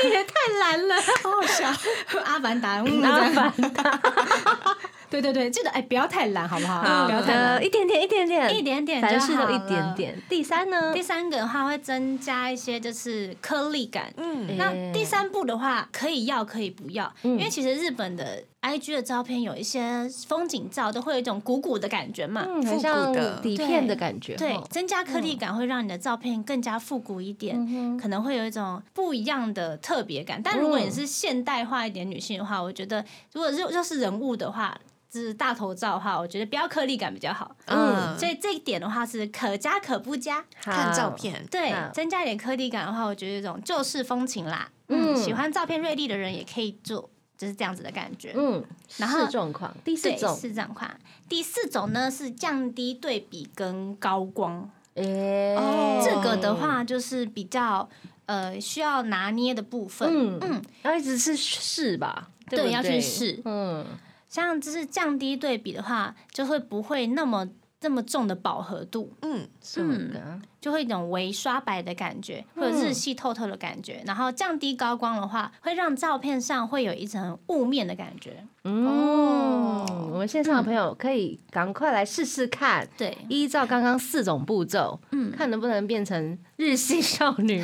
S2: 这也太蓝了，
S7: 好笑，阿凡达，嗯，
S2: 麻
S7: 这样
S2: 烦他，
S7: 对对对，记得哎，不要太懒，好不好？
S2: 好
S7: 不要太
S2: 的，
S7: 懒。
S2: 呃一点点，一点点，
S7: 一点点就
S2: 凡事都
S7: 好
S2: 一
S7: 了
S2: 点点。第三呢
S7: 第？三个的话会增加一些就是颗粒感。
S3: 嗯，
S2: 哎
S7: 那第三步的话，可以要可以不要，
S2: 嗯
S7: 因为其实日本的 IG 的照片有一些风景照都会有一种鼓鼓的感觉嘛，
S2: 嗯，很
S3: 复古
S2: 像
S3: 的
S2: 底
S7: 对
S2: 片的感觉。
S7: 对
S2: 哦，嗯
S7: 增加颗粒感会让你的照片更加复古一点，可能会有一种不一样的特别感。但如果你是现代化一点女性的话，我觉得如果又又是人物的话，就是大头照的话，我觉得不要颗粒感比较好。
S3: 嗯
S7: 所以这一点的话是可加可不加。
S3: 看
S2: 好
S3: 照。片，
S7: 对
S2: 好，
S7: 增加一点颗粒感的话，我觉得有一种旧式风情啦。
S2: 嗯
S7: 嗯，喜欢照片锐利的人也可以做，就是这样子的感觉。
S2: 嗯，
S7: 然后
S2: 四种款，第四
S7: 对，
S2: 种，
S7: 是这样款。第四种呢是降低对比跟高光。
S2: 诶，
S3: 哦
S7: 这个的，话就是比较呃需要拿捏的部分，
S2: 嗯嗯，要一直是试吧，
S7: 对
S2: 不
S7: 要去试
S2: 嗯，
S7: 像就是降低对比的话，就会不会那么那么重的饱和度，
S3: 嗯，
S2: 什么的，
S7: 就会一种微刷白的感觉，或者
S2: 嗯
S7: 日系透透的感觉。然后降低高光的话，会让照片上会有一层雾面的感觉。
S2: 嗯，
S7: 哦
S2: 我们线上的朋友可以赶快来试试看。
S7: 对，
S2: 依照刚刚四种步骤，嗯，看能不能变成日系少 女，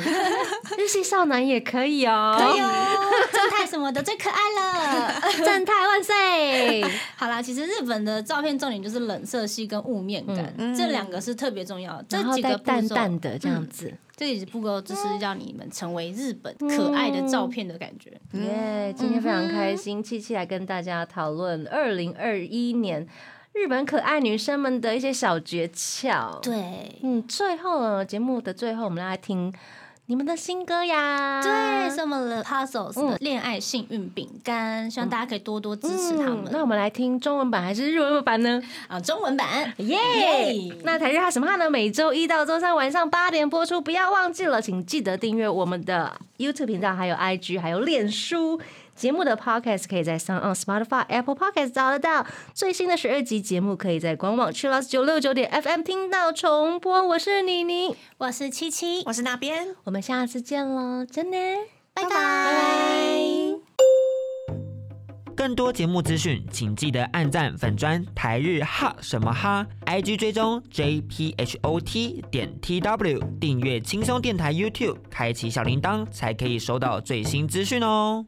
S2: 日系少男也可以哦。
S7: 哎呦，正太什么的最 可爱了。
S2: 正太万 岁！
S7: 好啦，其实日本的照片重点就是冷色系跟雾面感，这两个是特别重要的。这
S2: 嗯然后
S7: 几
S2: 再
S7: 个步骤
S2: 淡淡的这样子，
S7: 这几步骤就是让你们成为日本可爱的照片的感觉。
S2: 嗯耶！今天非常
S7: 嗯
S2: 开心，七七来跟大家讨论二零二一年日本可爱女生们的一些小诀窍。，
S7: 对
S2: 嗯，最后呢，节目的最后，我们来听你们的新歌呀。
S7: 对，什么
S2: 嗯
S7: 了 Puzzles 的恋爱幸运饼干，希望大家可以多多支持他
S2: 嗯
S7: 们。
S2: 那我们来听中文版还是日文版呢？
S7: 啊，中文版
S2: 耶、
S7: 耶
S2: 那台日哈什么哈呢？每周一到周三晚上八点播出，不要忘记了，请记得订阅我们的 YouTube 频道，还有 IG，还有脸书。节目的 Podcast 可以在 s o n Spotify、Apple Podcast 找得到。最新的十二集节目可以在官网 c h i l l s 九六九点 FM 听到重播。我是妮妮，
S7: 我是七七，
S3: 我是那边，
S2: 我们下次见喽，真的。
S7: 拜拜。
S6: 更多节目资讯，请记得按赞粉砖台日哈什么哈，IG 追踪 JPHOT 点 TW，订阅轻松电台 YouTube，开启小铃铛才可以收到最新资讯哦。